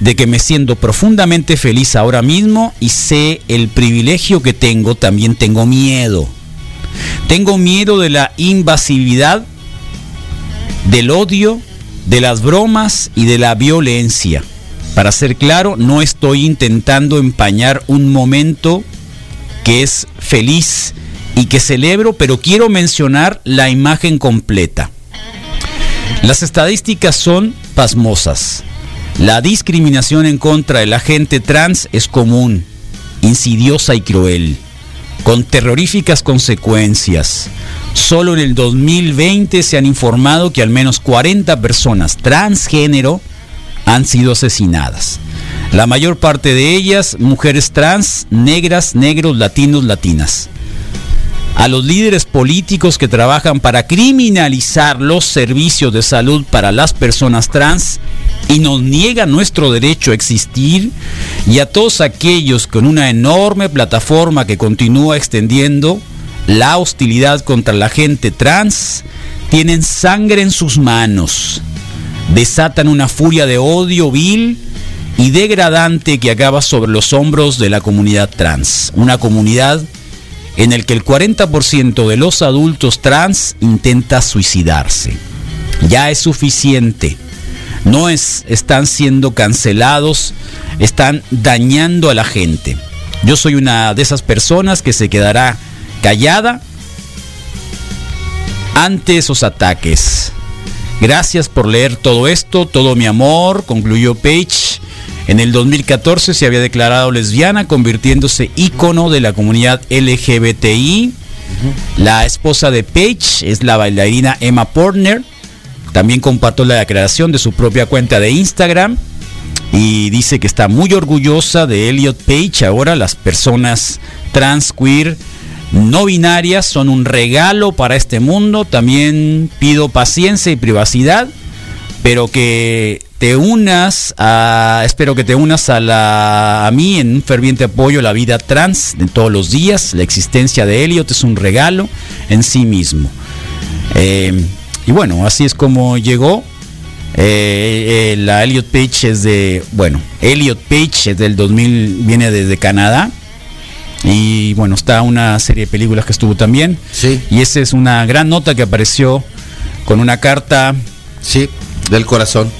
de que me siento profundamente feliz ahora mismo y sé el privilegio que tengo, también tengo miedo. Tengo miedo de la invasividad, del odio, de las bromas y de la violencia. Para ser claro, no estoy intentando empañar un momento que es feliz y que celebro, pero quiero mencionar la imagen completa. Las estadísticas son pasmosas. La discriminación en contra de la gente trans es común, insidiosa y cruel, con terroríficas consecuencias. Solo en el 2020 se han informado que al menos 40 personas transgénero han sido asesinadas. La mayor parte de ellas mujeres trans, negras, negros, latinos, latinas a los líderes políticos que trabajan para criminalizar los servicios de salud para las personas trans y nos niegan nuestro derecho a existir, y a todos aquellos con una enorme plataforma que continúa extendiendo la hostilidad contra la gente trans, tienen sangre en sus manos, desatan una furia de odio vil y degradante que acaba sobre los hombros de la comunidad trans, una comunidad en el que el 40% de los adultos trans intenta suicidarse. Ya es suficiente. No es, están siendo cancelados, están dañando a la gente. Yo soy una de esas personas que se quedará callada ante esos ataques. Gracias por leer todo esto, todo mi amor, concluyó Page. En el 2014 se había declarado lesbiana, convirtiéndose ícono de la comunidad LGBTI. La esposa de Page es la bailarina Emma Portner. También compartió la declaración de su propia cuenta de Instagram y dice que está muy orgullosa de Elliot Page. Ahora las personas trans, queer, no binarias son un regalo para este mundo. También pido paciencia y privacidad, pero que te unas a, espero que te unas a la a mí en un ferviente apoyo a la vida trans de todos los días. La existencia de Elliot es un regalo en sí mismo. Eh, y bueno, así es como llegó. Eh, eh, la Elliot Page es de, bueno, Elliot Page es del 2000, viene desde Canadá. Y bueno, está una serie de películas que estuvo también.
Sí.
Y esa es una gran nota que apareció con una carta,
Sí, del corazón.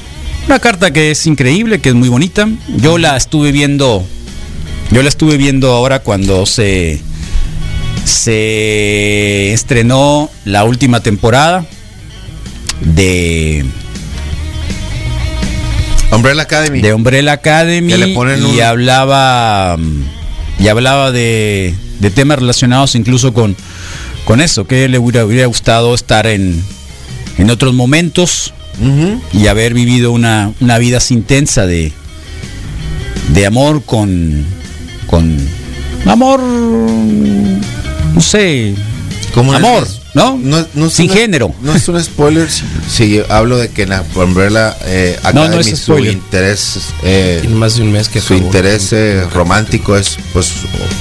una carta que es increíble, que es muy bonita. Yo la estuve viendo, yo la estuve viendo ahora cuando se se estrenó la última temporada de
Umbrella Academy.
de Umbrella Academy
Que le ponen
y
un-
hablaba mm, y hablaba de, de temas relacionados incluso con con eso que le hubiera, hubiera gustado estar en en otros momentos
Ujú.
y haber vivido una, una vida así intensa de de amor con con amor, no sé,
Como
amor, ¿no?
es
Sin
un-
género.
No es un spoiler si, si yo hablo de que en la Umbrella eh,
No, no
Academy
es
su
spoiler.
interés, eh,
Tiene más de un mes que
su
acabó.
interés eh, romántico es pues...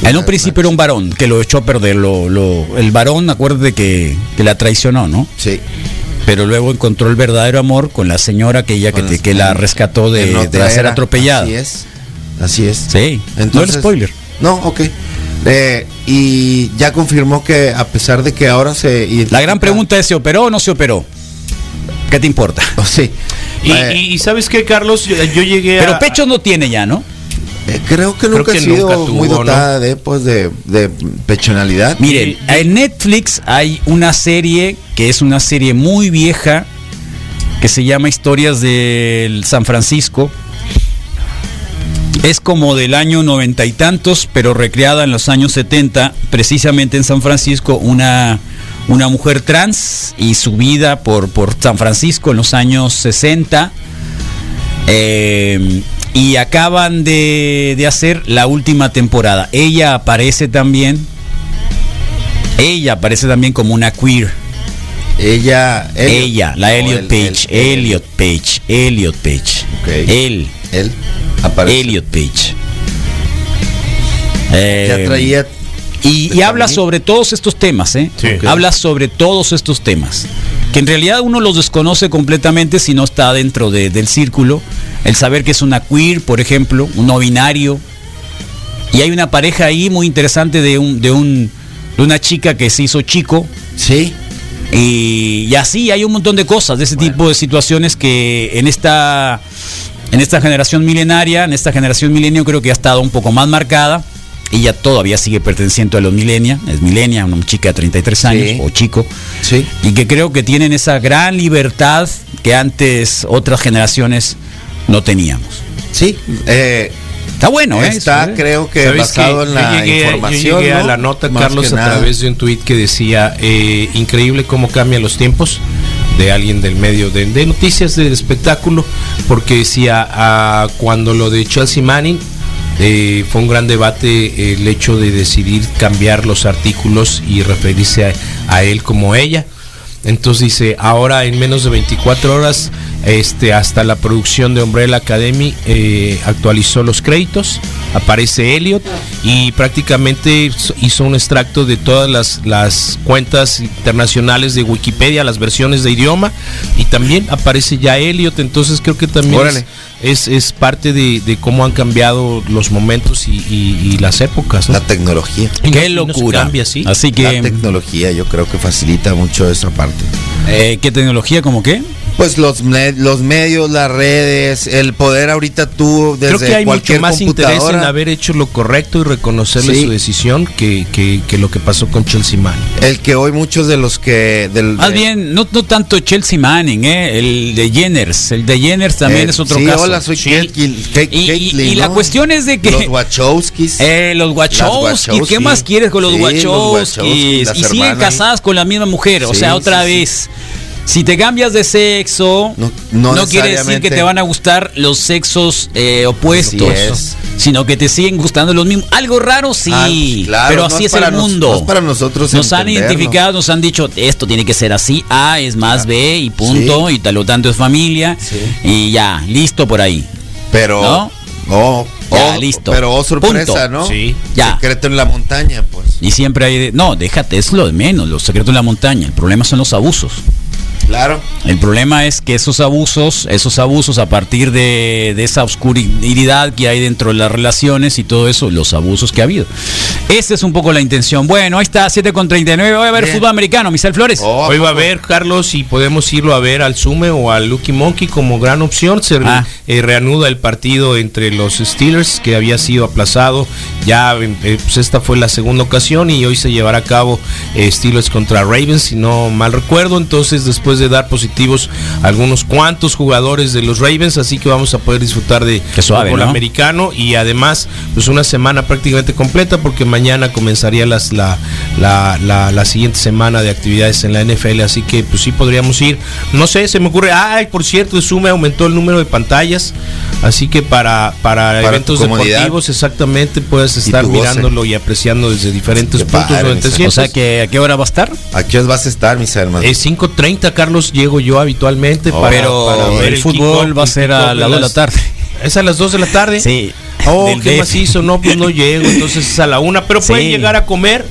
En un principio era un varón que lo echó a perder. Lo, lo- el varón, acuérdate que, que la traicionó, ¿no?
Sí.
Pero luego encontró el verdadero amor con la señora que ella que,
Con
te-
la-
que la rescató de,
en
de
otra
ser
era.
atropellada.
Así es. Así es.
Sí, no el spoiler.
No, ok. Eh, y ya confirmó que a pesar de que ahora se...
La gran pregunta es, ¿se operó o no se operó? ¿Qué te importa?
Oh, sí.
Y,
Eh,
y- y sabes qué, Carlos, yo, yo llegué a.
Pero pecho no tiene ya, ¿no?
eh, creo que
Creo
nunca
que
ha sido
nunca tuvo,
muy
¿no?
dotada de, pues, de, de pechonalidad.
Miren, en Netflix hay una serie que es una serie muy vieja que se llama Historias del San Francisco. Es como del año noventa y tantos, pero recreada en los años 70, precisamente en San Francisco, una, una mujer trans y su vida por, por San Francisco en los años 60. Eh, y acaban de, de hacer la última temporada. Ella aparece también. Ella aparece también como una queer.
Ella... Elliot.
Ella, la
No,
Elliot
él-
Page.
él-
Elliot Page. Elliot Page.
Ok.
Él.
Él aparece.
Elliot Page.
Ya
Eh,
traía
y, y
¿De
habla
Tamaño?
sobre todos estos temas, ¿eh?
Sí.
Ok. Habla sobre todos estos temas. Que en realidad uno los desconoce completamente si no está dentro de- del círculo. El saber que es una queer, por ejemplo, un no binario. Y hay una pareja ahí muy interesante de, un, de, un, de una chica que se hizo chico.
Sí.
Y, y así hay un montón de cosas, de ese tipo de situaciones que en esta, en esta generación milenaria, en esta generación milenio creo que ha estado un poco más marcada. Ella todavía sigue perteneciendo a los milenia, es milenia, una chica de 33 años
Sí.
o chico,
Sí.
y que creo que tienen esa gran libertad que antes otras generaciones no teníamos.
Sí. Eh,
Está bueno, ¿eh?
está,
Eso, ¿eh?
creo que
¿Sabes
basado
qué?
en
Yo
la
llegué- yo
información.
llegué a
¿no?
la nota,
Más
Carlos,
que
a
nada.
través de un tuit que decía, eh, increíble cómo cambian los tiempos de alguien del medio de, de noticias del espectáculo, porque decía, ah, cuando lo de Chelsea Manning, eh, fue un gran debate eh, el hecho de decidir cambiar los artículos y referirse a- a él como ella. Entonces dice, ahora en menos de 24 horas, este, hasta la producción de Umbrella Academy eh, actualizó los créditos, aparece Elliot y prácticamente hizo- hizo un extracto de todas las, las cuentas internacionales de Wikipedia, las versiones de idioma y también aparece ya Elliot, entonces creo que también es,
Órale.
es, es parte de, de cómo han cambiado los momentos y, y- y las épocas. ¿no?
La tecnología.
Y no-
Qué
y no se
locura.
cambia, ¿sí?
Así
La
Pues, que,
tecnología yo creo que facilita mucho esa parte.
eh, ¿qué tecnología como qué?
Pues los, me- los medios, las redes, el poder ahorita tú desde
Creo que hay
cualquier
mucho más interés en
computadora.
haber hecho lo correcto y reconocerle
Sí.
su decisión que, que- que lo que pasó con Chelsea Man.
El que hoy muchos de los que del eh,
Más
de-
bien, no, no tanto Chelsea Manning, ¿eh? el de Jenners. El de Jenners también
eh,
es otro
sí,
caso.
Hola, soy
Sí.
Caitlyn- Ca-
Y- y-
Caitlyn,
y la
¿no?
cuestión es de que-
los Wachowskis.
Eh, los
Las
Wachowski,
Wachowski.
¿qué más quieres con los
Sí, los Wachowski,
Wachowski?
las
Y siguen
hermanas.
casadas con la misma mujer, o
Sí,
sea, otra
sí, sí.
vez. Si te cambias de sexo, no,
No- no
quiere decir
necesariamente.
que te van a gustar los sexos eh, opuestos,
Así es.
sino que te siguen gustando los mismos. Algo raro, sí,
Ah, claro,
pero
no
así
es
es,
para
el
nos-
mundo.
no es para nosotros
Nos han
entenderlo.
identificado, nos han dicho, esto tiene que ser así, A es más B y punto, y tal, lo tanto es familia,
Sí.
y ya, listo por ahí.
pero
¿no?
no, oh,
Ya,
oh,
listo.
Pero oh, sorpresa,
Punto.
¿no?
Sí.
Ya.
Secreto en la montaña, pues.
Y siempre hay... de- no, déjate, es lo de menos, los secretos en la montaña. El problema son los abusos.
Claro.
El problema es que esos abusos, esos abusos a partir de, de esa oscuridad que hay dentro de las relaciones y todo eso, los abusos que ha habido. Esa es un poco la intención. Bueno, ahí está, 7 con 39. Voy a ver
Bien.
fútbol americano, Misael Flores.
Oh,
Hoy va a ver, Carlos, y podemos irlo a ver al Sume o al Lucky Monkey como gran opción. Se re-
Ah.
eh, reanuda el partido entre los Steelers que había sido aplazado. Ya eh, pues esta fue la segunda ocasión y hoy se llevará a cabo eh, Steelers contra Ravens, si no mal recuerdo. Entonces, después de dar positivos a algunos cuantos jugadores de los Ravens, así que vamos a poder disfrutar de
Qué suave,
fútbol
¿no?
americano y además pues una semana prácticamente completa porque mañana comenzaría las, la, la, la- la siguiente semana de actividades en la NFL, así que pues sí podríamos ir, no sé, se me ocurre, ay, por cierto, Sume aumentó el número de pantallas, así que para, para,
tu
eventos
comodidad.
deportivos exactamente puedes estar
tu goce.
mirándolo y apreciando desde diferentes
Qué
puntos
padre,
durante
o
siempre.
O sea que a qué hora va a estar?
¿A qué os vas a estar, mis hermanos?
Eh, 5.30, Carlos, llego yo habitualmente.
Oh,
pero
ver
el fútbol
kickoff,
va a
el
ser
kickoff
a
de
las dos de la
las-
tarde.
¿Es a las 2 de la tarde? Oh,
Del
qué
DF.
macizo, no, pues no llego, entonces es a la una, pero
Sí.
pueden llegar a comer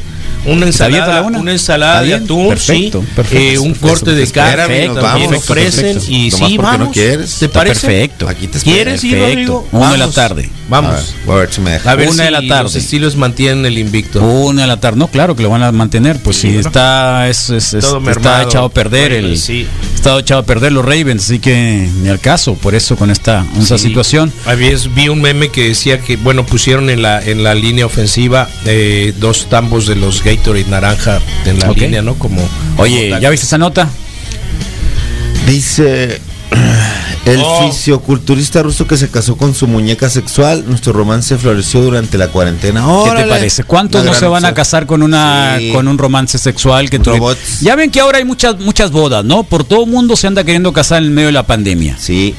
una
¿Está abierta
ensalada,
la una?
una ensalada
Está
de
bien,
atún,
perfecto,
sí,
perfecto,
eh, un
Pues,
perfecto,
corte de
perfecto,
carne
espérame,
también
nos vamos,
ofrecen
perfecto.
y
Nomás
sí,
porque no
vamos.
quieres.
¿Te
Está
parece?
perfecto.
Aquí te espero.
¿Quieres ir,
Perfecto.
Rodrigo?
Una de la
Vamos.
tarde.
Vamos.
A ver, a ver si me deja.
A ver
Una
si
de la tarde.
los estilos mantienen el invicto.
Una de la tarde, no, claro que lo van a mantener, pues si está es, es- es-
Todo
está
mermado.
echado a perder el
Ravens, sí.
está echado a perder los Ravens, así que ni al caso, por eso con esta con esa
Sí.
situación.
Había- vi un meme que decía que, bueno, pusieron en la, en la línea ofensiva eh, dos tambos de los Gatorade naranja en la
Ok.
línea, ¿no? Como.
Oye,
como
¿ya viste esa nota?
Dice el
Oh.
fisioculturista ruso que se casó con su muñeca sexual. Nuestro romance floreció durante la cuarentena.
¿Qué
Órale.
te parece? ¿Cuántos
Una
no se
gran
van a
opción.
casar con una
Sí.
con un romance sexual que tuvieron?
Robots.
Ya ven que ahora hay muchas muchas bodas, ¿no? Por todo el mundo se anda queriendo casar en medio de la pandemia.
Sí.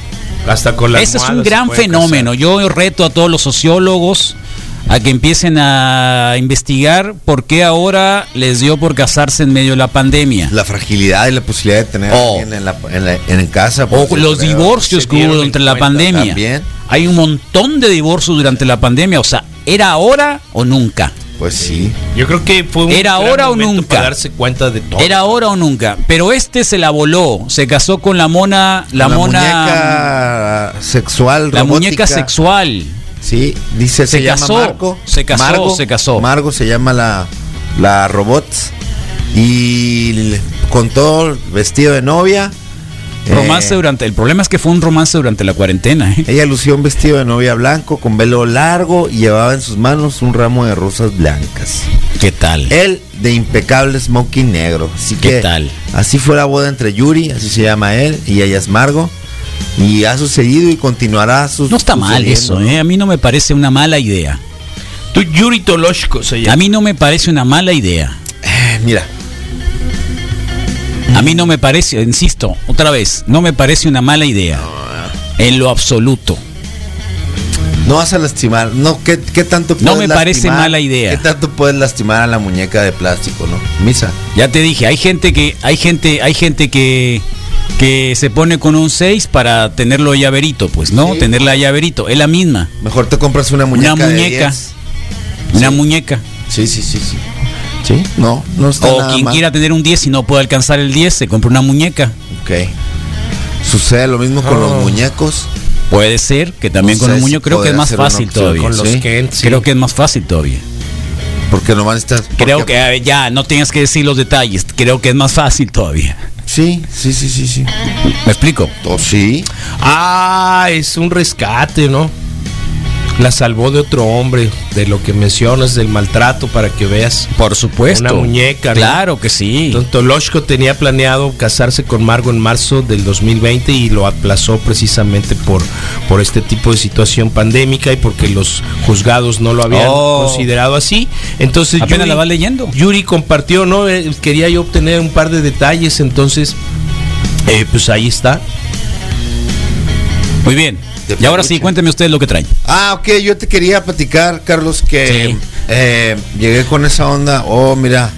Hasta con la
Ese es
almohada
un
se
gran
pueden
fenómeno.
casar.
Yo reto a todos los sociólogos a que empiecen a investigar por qué ahora les dio por casarse en medio de la pandemia.
La fragilidad y la posibilidad de tener
Oh.
a alguien en, la, en, la- en casa.
O
pues,
los
creo.
divorcios
se
que hubo
dieron en
durante la
cuenta
pandemia.
también.
Hay un montón de divorcios durante la pandemia. O sea, ¿era ahora o nunca?
Pues sí.
Yo creo que fue un
¿Era
gran
ahora o
momento
nunca?
para darse cuenta de todo.
Era ahora o nunca. Pero este se la voló. Se casó con la mona. La,
Una
mona.
muñeca sexual.
la muñeca
robótica.
sexual.
Sí. Dice, se,
Se
llama
casó,
Marco.
se casó,
Margo,
se casó.
Margo se llama la, la robot. Y le- con todo vestido de novia.
Romance
eh,
durante. El problema es que fue un romance durante la cuarentena. ¿eh?
Ella lucía un vestido de novia blanco con velo largo y llevaba en sus manos un ramo de rosas blancas.
¿Qué tal?
Él de impecable smoking negro. Así
¿Qué
que
tal?
así fue la boda entre Yuri, así se llama él, y ella es Margo. Y ha sucedido y continuará sus.
No está mal eso, ¿eh? A mí no me parece una mala idea.
Tú, Yuri Toloshko se
A
llama.
mí no me parece una mala idea.
Eh, Mira,
A mí no me parece, insisto, otra vez, no me parece una mala idea. En lo absoluto.
no vas a lastimar. No, ¿qué, qué tanto
No
puedes
me parece
lastimar?
mala idea.
¿Qué tanto puedes lastimar a la muñeca de plástico, no? Misa.
Ya te dije, hay gente que hay gente, hay gente que que se pone con un 6 para tenerlo llaverito, pues, ¿no?
Sí.
Tenerla llaverito, es la misma,
Mejor te compras una muñeca.
Una
de
muñeca.
10.
una
Sí.
muñeca.
Sí, sí, sí, sí. Sí, no, no está
O
nada
quien
mal.
quiera tener un 10 y no puede alcanzar el 10, se compra una muñeca.
Ok. Sucede lo mismo con los muñeños.
Puede ser que también
No
con
sé
un
si
muñeco creo que es
podría
más
ser una
fácil
opción
todavía.
Con los
Sí.
Kent, sí.
Creo que es más fácil todavía.
Porque no van a estar.
Creo
porque-
que a ver, ya no tienes que decir los detalles. Creo que es más fácil todavía.
Sí, sí, sí, sí, sí.
¿Me explico?
O sí.
Ah, es un rescate, ¿no? La salvó de otro hombre, de lo que mencionas, del maltrato, para que veas.
Por supuesto.
Una muñeca, ¿no?
Claro que sí.
Don Toloshko tenía planeado casarse con Margo en marzo del 2020 y lo aplazó precisamente por, por este tipo de situación pandémica y porque los juzgados no lo habían
Oh.
considerado así. Entonces
Apenas la va leyendo.
Yuri compartió, ¿no? Eh, Quería yo obtener un par de detalles, entonces, eh, pues ahí está.
Muy bien.
De
Y ahora sí,
peluche.
cuénteme ustedes lo que traen.
Ah, ok, yo te quería platicar, Carlos, que
Sí.
eh, llegué con esa onda. Oh, mira.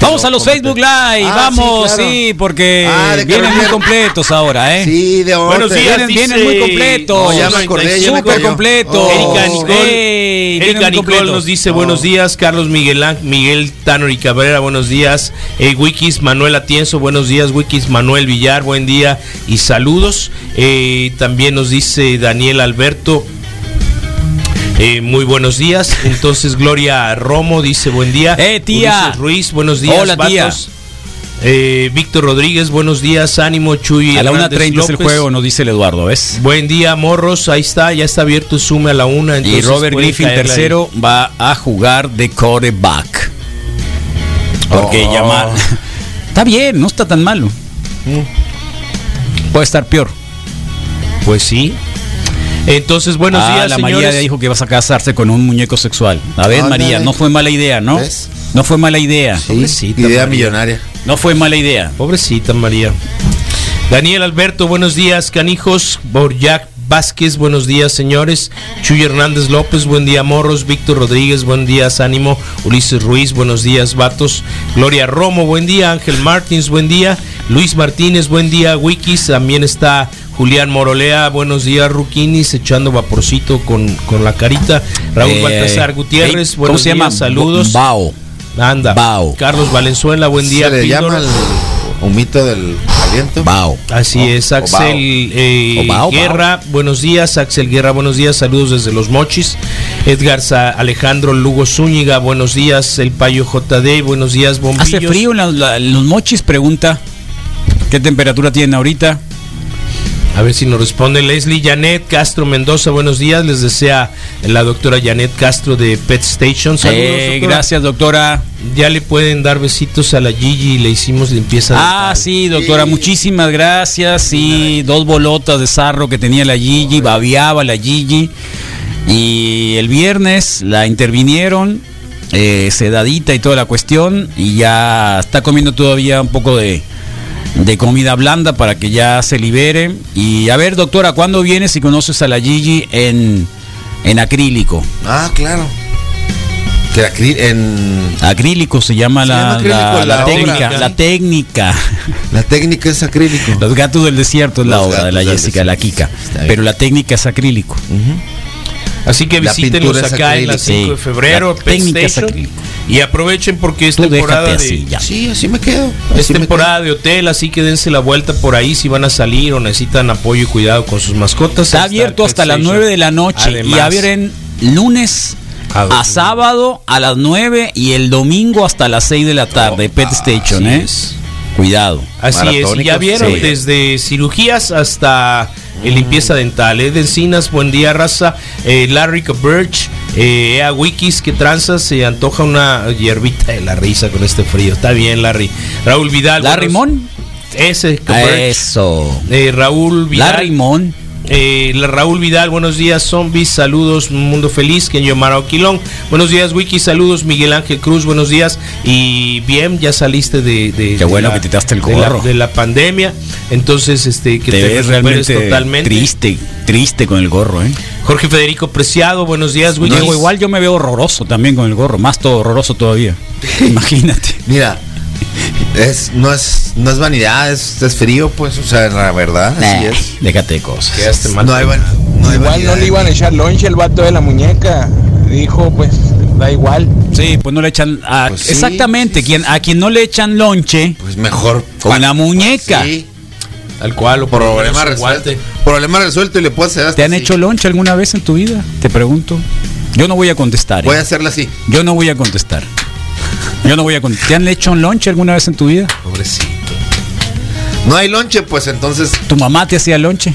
Vamos
lo
a los
comento.
Facebook Live.
Ah,
Vamos, sí,
sí, claro.
porque
Ah, de
vienen muy
Carolina.
completos ahora, ¿eh?
Sí, de ahora.
Buenos
te-
días,
Vienen, vienen muy completos.
No, ya me acordé, ya me
Súper
cayó.
completos.
Oh.
Erika Nicole,
Ey, vienen
Erika
muy
Nicole
completos.
nos dice
"Oh".
buenos días, Carlos Miguel, Ang- Miguel Tanner y Cabrera, buenos días, Eh, Wikis Manuel Atienzo, buenos días, Wikis Manuel Villar, buen día y saludos. Eh, también nos dice Daniel Alberto. eh, muy buenos días. Entonces Gloria Romo dice buen día.
Eh, tía.
Ulises Ruiz, buenos días.
Hola, tía.
vatos. Eh, Víctor Rodríguez, buenos días. Ánimo, Chuy.
A la
Hernández
1.30 es el
López.
juego, nos dice el Eduardo, ¿ves?
Buen día, morros. Ahí está, ya está abierto Sume a la una.
Y
entonces
Robert
puede
Griffin
caerle ahí.
tercero va a jugar de quarterback. Porque
Oh.
llamar. Está bien, no está tan malo.
Mm.
Puede estar peor.
Pues sí. Entonces, buenos
ah,
días,
la
señores.
María dijo que vas a casarse con un muñeco sexual. A ver,
Ándale.
María, no fue mala idea, ¿no?
¿Ves?
No fue mala idea.
Pobrecita María.
idea millonaria.
No fue mala idea.
Pobrecita María. Daniel Alberto, buenos días, canijos. Borjac Vázquez, buenos días, señores. Chuy Hernández López, buen día, morros. Víctor Rodríguez, buen día, ánimo. Ulises Ruiz, buenos días, vatos. Gloria Romo, buen día. Ángel Martins, buen día. Luis Martínez, buen día. Wikis, también está Julián Morolea, buenos días. Ruquinis, echando vaporcito con, con la carita. Raúl
Eh,
Baltasar Gutiérrez,
¿cómo
buenos
se
días,
llama?
saludos.
Bao.
Anda.
Bao.
Carlos Valenzuela, buen día.
Se le
Píldora.
llama el humito del aliento.
Bao.
Así
O-
es,
o Bao.
Axel eh,
O Bao, Bao.
Guerra, buenos días, Axel Guerra, buenos días, saludos desde Los Mochis, Edgar Sa- Alejandro Lugo Zúñiga, buenos días, El Payo JD, buenos días, Bombillos.
Hace frío en la- la- los mochis, pregunta. ¿Qué temperatura tienen ahorita?
A ver si nos responde Leslie Janet Castro Mendoza, buenos días, les desea la doctora Janet Castro de Pet Station, saludos.
Eh,
doctora.
gracias, doctora.
Ya le pueden dar besitos a la Gigi, le hicimos limpieza.
Ah,
dental.
sí, doctora, muchísimas gracias. Sí, dos bolotas de sarro que tenía la Gigi, babiaba la Gigi. Y el viernes la intervinieron, eh, sedadita y toda la cuestión, y ya está comiendo todavía un poco de, de comida blanda para que ya se libere. Y a ver, doctora, ¿cuándo vienes y conoces a la Gigi en, en acrílico?
Ah, claro. Que la cri- en
Acrílico se llama
Se
la,
llama acrílico
la-
la
la
obra.
técnica. La técnica.
la técnica es acrílico.
Los gatos del desierto es la
Los
obra de
gatos
la
del
Jessica, la
desierto.
Kika.
Está bien.
Pero la técnica es acrílico.
Así que
La
visítenlos
pintura es
acá en la
acrílica.
5 de
Sí,
febrero,
la
Pet
técnica es
Station,
acrílica.
y aprovechen porque es
Tú
temporada
déjate
de...
así ya.
Sí, así me quedo.
Es
así me
temporada de hotel, así que dense la vuelta por ahí si van a salir o necesitan apoyo y cuidado con sus mascotas.
Está abierto hasta las 9 de la noche y abren lunes
A
a,
domingo.
sábado a las 9 y el domingo hasta las 6 de la tarde. Pet Station, ¿eh?
Oh, es.
Cuidado.
Así es, y ya
Maratónicos, Mm.
vieron
sí.
desde cirugías hasta eh, limpieza dental. Eh, de encinas, buen día, raza. Eh, Larry Birch, eh, a Wikis, que tranza, se antoja una hierbita de la risa con este frío. Está bien, Larry. Raúl Vidal.
¿Larry
buenos-
Mon?
Ese, Birch.
Eso.
Eh, Raúl Vidal.
Larry Mon.
Eh, la- Raúl Vidal, buenos días, zombies, saludos, mundo feliz, Kenyo Maro Quilón, buenos días, Wiki, saludos, Miguel Ángel Cruz, buenos días, y bien, ya saliste de, de-
Qué
de
bueno que te quitaste el
de la,
gorro.
de la pandemia, entonces, este, que
Te ves
recuperes
realmente triste, triste con el gorro, ¿eh?
Jorge Federico Preciado, buenos días, Wiki.
Digo, igual yo me veo horroroso también con el gorro, más todo horroroso todavía. Imagínate.
quedo. Mira, es, no, es, no es vanidad, es, es frío, pues, o sea, la verdad, así
Nah,
es.
Déjate de cosas.
Quedaste mal.
No hay, van- no hay
Igual no
vanidad.
le iban a echar lonche el vato de la muñeca. Dijo, pues, da igual.
Sí, pues no le echan. a-
Pues sí,
exactamente, quien, a quien no le echan lonche
Pues mejor.
con la muñeca.
Sí,
Al cual, o por lo menos
problema
un
resuelto.
guante.
Problema resuelto y le puedo hacer hasta
¿Te han
así.
hecho lonche alguna vez en tu vida? Te pregunto. Yo no voy a contestar. ¿eh?
Voy a hacerla así.
Yo no voy a contestar. Yo no voy a contestar. ¿Te han hecho un lonche alguna vez en tu vida?
Pobrecito. No hay lonche, pues entonces,
¿Tu mamá te hacía lonche?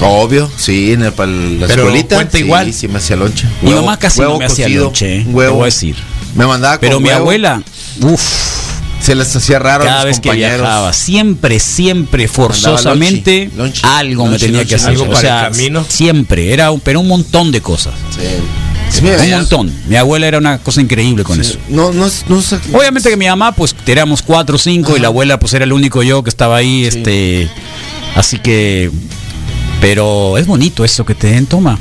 obvio, sí, en el, para la
Pero
escuelita.
cuenta
sí,
igual.
Sí, me hacía lonche.
Mi mamá casi no me hacía
cocido,
lonche, eh, te
Huevo.
voy a decir.
Me mandaba con
Pero mi
huevo,
abuela, uff,
Se les hacía raro a
cada
mis
vez que
compañeros.
viajaba, siempre, siempre, forzosamente,
lonche, lonche,
algo me
lonche,
tenía que
lonche,
hacer.
algo
o
para
sea,
el camino.
siempre, era un, pero un montón de cosas.
Sí. Sí me
Un
veías.
montón. Mi abuela era una cosa increíble con eso.
No, no, es- no. es-
Obviamente que mi mamá, pues éramos cuatro o cinco y la abuela, pues era el único yo que estaba ahí, este. Así que. Pero es bonito eso que te den, toma.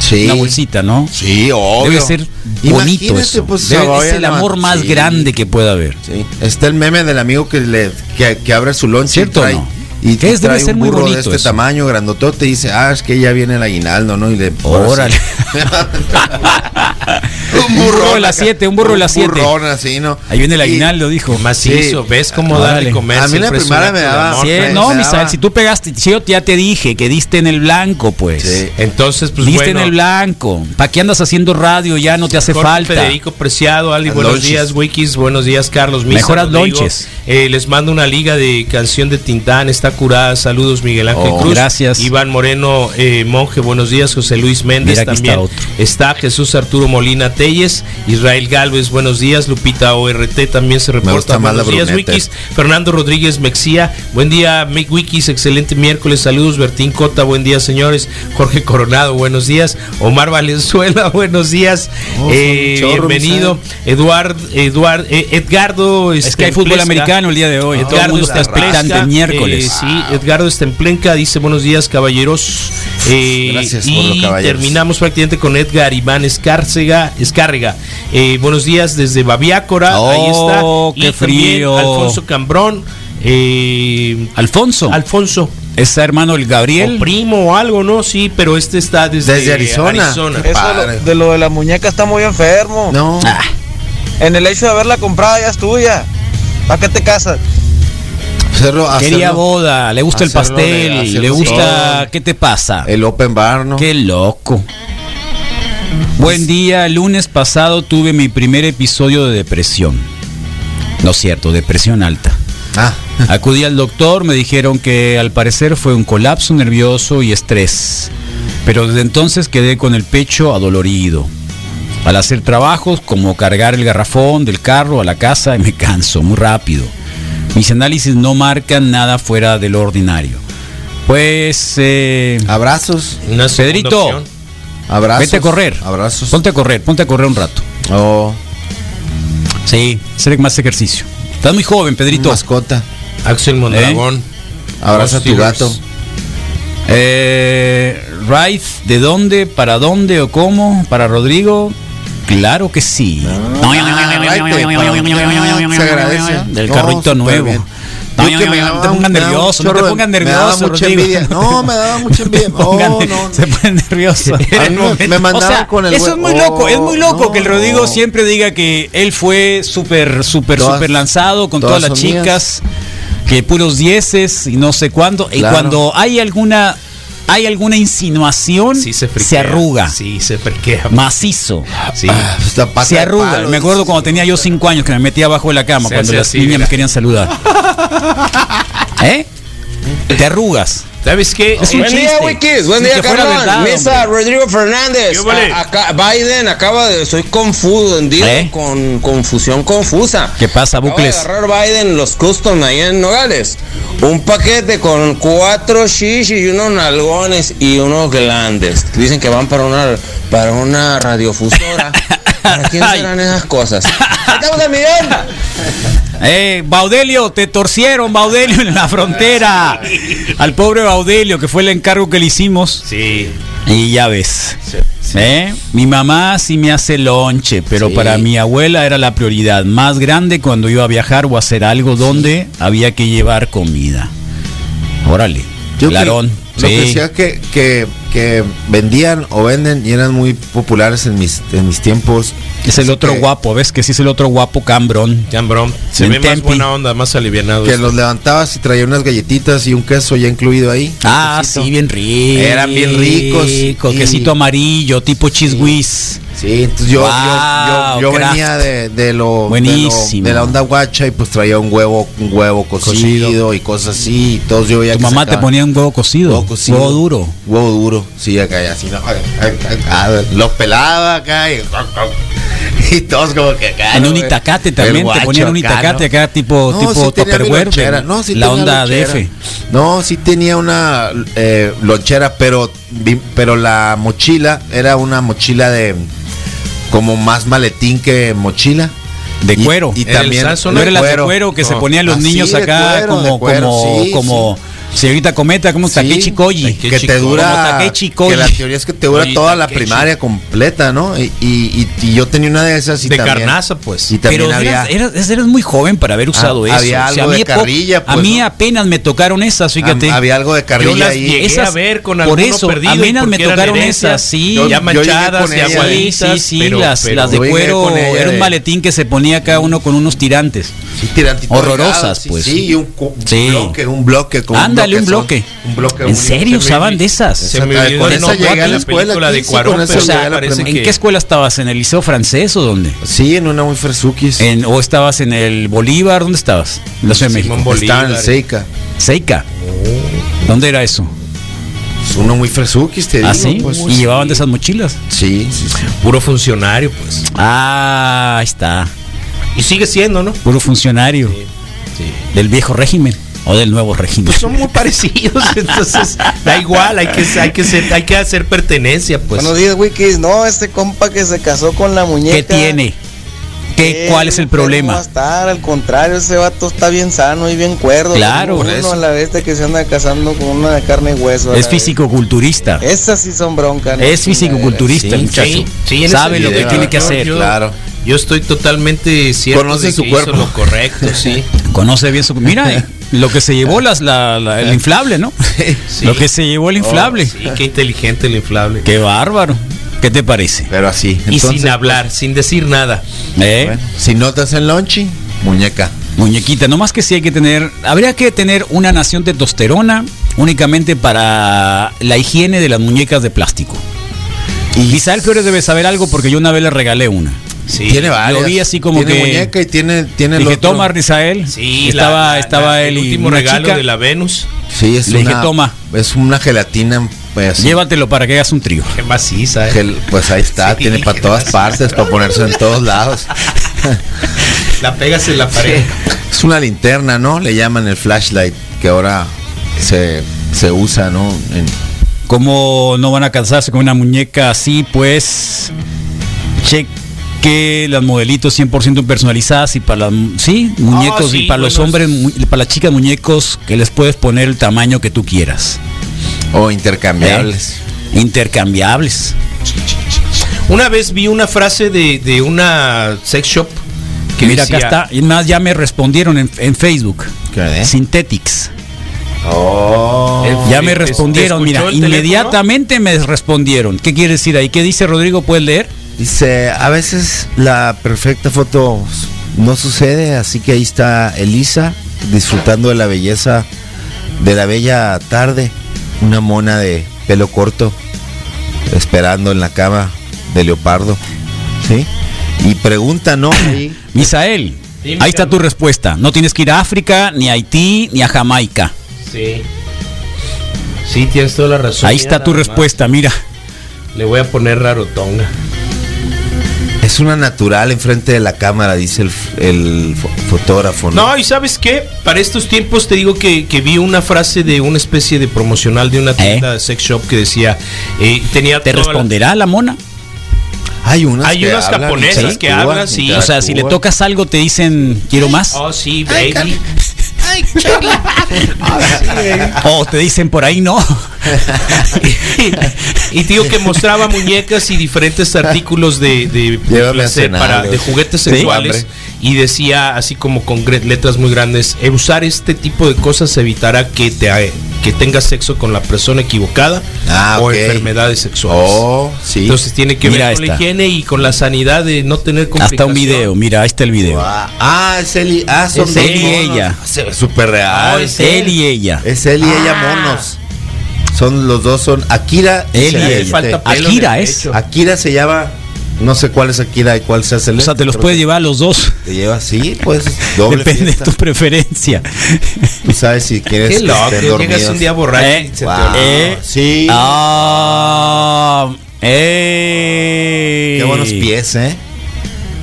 Sí.
Una bolsita, ¿no?
Sí, obvio.
Debe ser bonito
Imagínate,
eso.
pues,
Debe- es
Saboya,
el
no,
amor más
sí.
grande que pueda haber.
Sí. Está el meme del amigo que le que, que abre su lonche
¿Cierto
y trae,
o no?
y
Que es- debe
trae
ser
un
muy
burro
bonito
de este
eso.
tamaño grandotote y dice, "Ah, es que ya viene el aguinaldo, ¿no?" Y le
Órale.
un
Un burro
burrón
de las
acá.
siete, un burro de las siete.
burrón así, ¿no?
Ahí viene el
Y-
aguinaldo, dijo.
Macizo, ¿ves cómo
Ah,
darle
dale.
comer?
A mí la
Siempre es un
primera
acto
me
de
daba-
amor.
Sí,
pues,
no,
daba-
Misael, si tú pegaste, si yo ya te dije que diste en el blanco, pues.
Sí.
Entonces, pues
diste
bueno.
en el blanco. ¿Para qué andas haciendo radio? Ya no te hace
Jorge
falta.
Federico Preciado, Ali,
Las
buenos
lonches.
días, Wikis, buenos días, Carlos Misa,
Mejoras
Rodrigo.
lonches.
Eh, les mando una liga de canción de Tintán, está curada. Saludos, Miguel Ángel
Oh,
Cruz.
gracias.
Iván Moreno eh, Monje, buenos días, José Luis Méndez
Mira, aquí
también.
está otro.
Está Jesús Arturo Molina Telles, Israel Galvez, buenos días, Lupita ORT también se reporta.
gusta más la
buenos días,
bruneta.
Wikis. Fernando Rodríguez Mexía, buen día, Mick Wikis, excelente miércoles, saludos, Bertín Cota, buen día, señores, Jorge Coronado, buenos días, Omar Valenzuela, buenos días,
Oh,
Eh,
son un chorro,
bienvenido, Eduard, Eduard, eh, Edgardo.
Es
este,
que hay fútbol
Plesca.
americano el día de hoy. todo el
Edgardo
mundo está
Stemplenka,
expectante miércoles.
Ah, eh, sí, Edgardo Stemplenka dice buenos días, caballeros. Eh,
Gracias por
y
lo, caballeros.
terminamos prácticamente con Edgar Iván Escárcega, Escárrega. Eh, buenos días desde Babiácora.
Oh,
ahí está.
qué frío.
Alfonso Cambrón. eh,
Alfonso,
Alfonso.
es hermano del
O
Gabriel.
primo o algo, ¿no? Sí, pero este está desde,
Desde Arizona. Qué
Eso de lo,
padre.
de lo de la muñeca está muy enfermo.
No.
Ah,
En el hecho de haberla comprado ya es tuya. ¿Para qué te casas?
hacerlo-
quería
hacerlo-
boda, le gusta el
hacerlo de-
pastel,
hacerlo
le gusta.
todo.
¿Qué te pasa?
El open bar, ¿no?
Qué loco. Buen día, el lunes pasado tuve mi primer episodio de depresión. No es cierto, depresión alta.
Ah,
Acudí al doctor, me dijeron que al parecer fue un colapso nervioso y estrés. Pero desde entonces quedé con el pecho adolorido. Al hacer trabajos como cargar el garrafón del carro a la casa me canso muy rápido. Mis análisis no marcan nada fuera del ordinario. Pues eh,
abrazos,
Una segunda
Pedrito.
opción.
abrazos.
vete a correr.
Abrazos.
Ponte a correr, ponte a correr un rato.
Oh,
Sí, hacer más ejercicio. Estás muy joven, Pedrito.
mascota.
Axel Mondragón.
Abraza a tu
Steelers.
gato.
Eh, Raif, ¿de dónde, para dónde o cómo? ¿Para Rodrigo? Claro que sí.
Se agradece.
Del
No,
carrito
súper
nuevo.
bien.
No,
Yo que me
no, no
daba-
te pongas
me daba un
nervioso, no te
chorro de-
pongas
me daba
nervioso,
mucha
Rodrigo.
envidia. No, me daba mucha envidia.
Pongan-
Oh, no.
Se pone nervioso.
A mí me- me mandaban
O sea,
con el
eso
hue-
es muy loco, es muy loco
Oh,
que el
no.
Rodrigo siempre diga que él fue súper, súper,
Todas-
súper lanzado con todas,
todas
las
son mías.
chicas, que puros dieces y no sé cuándo. Y
Claro.
cuando hay alguna, hay alguna insinuación,
Sí, se, friquea.
arruga,
Sí, se friquea.
macizo.
Sí.
Ah, pues, la pata
Se
de
arruga.
palo.
Me acuerdo cuando tenía yo cinco años que me metía abajo de la cama
Se
cuando
hace
las
así,
niñas me
mira.
querían saludar. ¿Eh? Te arrugas.
¿Sabes qué?
Es un
Eh,
Buen día,
chiste.
Wikis. Buen día,
Ni que fuera
Carlos.
verdad,
Mesa Rodrigo Fernández.
¿Qué vale?
A- acá- Biden acaba de. Soy confuso,
¿Eh?
con confusión confusa.
¿Qué pasa,
Acaba
Bucles?
de agarrar Biden los custom ahí en Nogales. Un paquete con cuatro shish y unos nalgones y unos glandes. Dicen que van para una, para una radiofusora. ¿Para quién serán esas cosas? ¡Estamos en millón!
Eh, Baudelio, te torcieron, Baudelio, en la frontera. Al pobre Baudelio, que fue el encargo que le hicimos.
Sí.
Y ya ves.
Sí,
¿Eh? Mi mamá sí me hace lonche, pero
Sí.
para mi abuela era la prioridad más grande cuando iba a viajar o a hacer algo donde había que llevar comida. Órale.
Yo
Larón.
que, Lo que
sí.
decía que, que, que vendían o venden y eran muy populares en mis, en mis tiempos.
Es el otro
que-
guapo, ¿ves? Que sí es el otro guapo cambrón.
Cambrón. Se
En
ve más
Tempi.
buena onda, más alivianado.
Que los levantabas y traía unas galletitas y un queso ya incluido ahí.
Ah, sí, bien rico.
Eran bien ricos.
Con
Y-
quesito amarillo, tipo cheese whiz.
Sí, entonces yo, yo-
Wow,
yo, yo
craft.
venía de, de lo, de lo-
Buenísimo.
de la onda guacha y pues traía un huevo, un huevo cocido,
Cocido.
y cosas así. Y todos yo veía
Tu
que
mamá te
sacaban
ponía un huevo cocido.
huevo cocido.
Huevo duro.
Huevo duro, sí, acá y así, ¿no? Ay, ay, ay, ay, los pelaba acá y, y todos como que acá.
En
¿no?
un itacate también,
eh, El
te ponían un
guacho acá,
itacate
¿no?
acá, tipo,
No,
tipo
sí tenía mi
Tupperware,
lonchera,
de-
no, sí
la
tenía
onda
lonchera.
DF.
No, sí tenía una eh, lonchera, pero, vi- pero la mochila era una mochila de como más maletín que mochila.
De
Y-
cuero.
Y,
¿El
también
Sasso
No
de
era la de cuero que se
No.
ponían los
Ah, sí,
niños
de
acá
cuero,
como,
de cuero,
como,
sí,
como señorita Cometa, como
Sí,
Takechi Koji.
Takechi
que te
Koji.
Como
dura
Takechi Koji.
que la teoría es que te dura
Koji
toda la
Takechi.
primaria completa, ¿no? Y, y- y- y yo tenía una de esas y
de
también-
carnaza, pues.
Y también
Pero
había Ah,
eras, eras- eras muy joven para haber usado eso.
había
O sea,
algo de
po-
carrilla,
a
pues,
mí
¿no?
apenas me tocaron esas, fíjate.
am- había algo de
Yo
carrilla
las
ahí.
llegué
Esas-
a ver con
por
alguno
eso,
perdido.
a mí no me
porque eran
tocaron
herencias,
esas, sí.
Yo-
ya
yo llegué
manchadas,
con
ya
ella.
Sí, sí,
aguaditas.
sí,
pero-
las,
pero-
las de
Yo llegué
cuero,
con ella
era un
de-
maletín que se ponía cada uno con unos tirantes.
Sí, tirantito
Horrorosas,
delgado, sí,
pues.
Sí, y un, cu- un
Sí.
bloque, un bloque. como
Ándale, un
bloquezón,
bloque.
Un bloque
¿En serio usaban de esas?
Se me
Esa-
olvidó
con
el
esa
nombre
llegué a
de
la escuela,
película de
sí,
Cuarón,
con esa
pero
llegué a la
parece
primaria.
¿En
que-
qué escuela estabas? ¿En el Liceo Francés o dónde?
Sí, en una muy fresukis.
En- ¿O estabas en el Bolívar? ¿Dónde estabas? En la Ciudad de
Simón
México.
Bolívar.
Estaban en Seika.
Seica. ¿Dónde era eso?
Pues uno muy fresuquis, te digo.
¿Ah, sí?
pues.
y llevaban de esas mochilas.
Sí, sí, sí.
Puro funcionario, pues.
Ah, ahí está.
Y sigue siendo, ¿no?
Puro funcionario.
Sí.
Del viejo régimen o del nuevo régimen.
Pues son muy parecidos, entonces da igual, hay que, hay que, ser- hay que hacer pertenencia, pues.
Buenos días, Wikis. No, este compa que se casó con la muñeca.
¿Qué tiene? ¿Qué,
Eh,
¿Cuál es el
enfermo va
problema?
a estar, al contrario, ese vato está bien sano y bien cuerdo.
Claro,
Como
por
uno
eso.
a la bestia que se anda casando con una de carne y hueso. a
Es
la
fisicoculturista.
bestia. Esas sí son broncas. ¿no?
Es fisicoculturista, el
Sí,
muchacho.
sí, sí, en
Sabe
ese
lo que
video,
tiene que
yo-
hacer.
yo-
claro.
Yo estoy totalmente cierto
Conoce
de
su
que
cuerpo.
hizo lo correcto, sí.
Conoce bien su. Mira, eh, lo que se llevó las, la- la- el inflable, ¿no?
Sí. Oh,
Lo que se llevó el inflable.
Sí, qué inteligente el inflable.
Qué bárbaro. ¿Qué te parece?
Pero así.
Y
Entonces,
sin hablar, sin decir nada.
¿Eh?
bueno, si no te hacen lonchi, muñeca.
Muñequita, nomás que sí hay que tener, habría que tener una nación de testosterona únicamente para la higiene de las muñecas de plástico. Y quizá el Flores debe saber algo porque yo una vez le regalé una.
Sí.
Tiene varias.
Lo vi así como
tiene
que-
muñeca y tiene, tiene
Le
el
dije,
otro.
toma, Rizael.
Sí, la-
estaba,
la-
estaba
la-
él
el
y
último
una
regalo
chica.
de la Venus.
Sí, es
Le dije,
una-
toma.
Es una gelatina, pues.
Llévatelo para que hagas un trío.
Qué maciza. eh.
gel- pues ahí está,
Sí,
tiene para todas partes, para ponerse en todos lados.
La pegas en la pared.
Es una linterna, ¿no? Le llaman el flashlight, que ahora se, se usa, ¿no? En-
¿Cómo no van a cansarse con una muñeca así? Pues cheque las modelitos 100% personalizadas y para las sí, muñecos
Ah, sí,
y para los
bueno,
hombres, mu- para las chicas muñecos que les puedes poner el tamaño que tú quieras.
o intercambiables.
¿eh? Intercambiables.
Una vez vi una frase de, de una sex shop que
Mira,
decía,
acá está. Y más ya me respondieron en, en Facebook.
¿Qué?
Synthetics.
Eh,
Ya me
¿te- te
respondieron,
escuchó
mira,
el teléfono?
inmediatamente me respondieron. ¿Qué quiere decir ahí? ¿Qué dice Rodrigo? ¿Puedes leer?
Dice, a veces la perfecta foto no sucede, así que ahí está Elisa disfrutando de la belleza de la bella tarde, una mona de pelo corto esperando en la cama de leopardo, ¿sí? Y pregunta, ¿no? Ahí,
Misael,
Sí, mira.
ahí está tu respuesta. No tienes que ir a África, ni a Haití, ni a Jamaica.
Sí. Sí, tienes toda la razón.
ahí
Ya
está tu
nada más.
respuesta, mira.
Le voy a poner rarotonga.
es una natural enfrente de la cámara, dice el, f- el fo- fotógrafo, ¿no?
No, y sabes qué, para estos tiempos te digo que, que vi una frase de una especie de promocional de una tienda de sex shop que decía, eh, tenía
¿Te
toda la-
responderá la mona?
Hay unas,
Hay unas japonesas que
interactúan,
hablan, sí.
O sea, si le
interactúan.
tocas algo te dicen, quiero más.
Oh, sí, baby.
O te dicen, por ahí no.
y tío que mostraba muñecas y diferentes artículos de, de
Llévame a
placer
cenar,
para
güey.
de juguetes
Tengo
sexuales
hambre.
y decía así como con gre- letras muy grandes "E usar este tipo de cosas evitará que te eh, que tengas sexo con la persona equivocada
Ah,
o
ok.
enfermedades sexuales
Oh, sí.
entonces tiene que
Mira
ver con la
esta.
higiene y con la sanidad de no tener
Hasta
complicación.
un video, mira, ahí está el video.
Ah, ah, es él y, ah, son
Es
dos
él y
monos.
ella.
Se ve Súper
Ah,
real.
es
Él y ella. Ah.
Es él y ella monos. Son los dos, son Akira
Él
se
y
llama
ella.
este.
falta pelo en el
Akira es.
pecho.
Akira se llama, no sé cuál es Akira y cuál se hace
O sea, te los puedes llevar a los dos.
Te lleva así, pues doble
Depende
fiesta.
de tu preferencia.
Tú sabes si quieres
Qué
que
loco,
estén
llegas
dormidos.
un día borracho
Eh,
y se te
Wow.
olvida.
Eh,
Sí.
Ah, ey.
Qué buenos pies, ¿eh?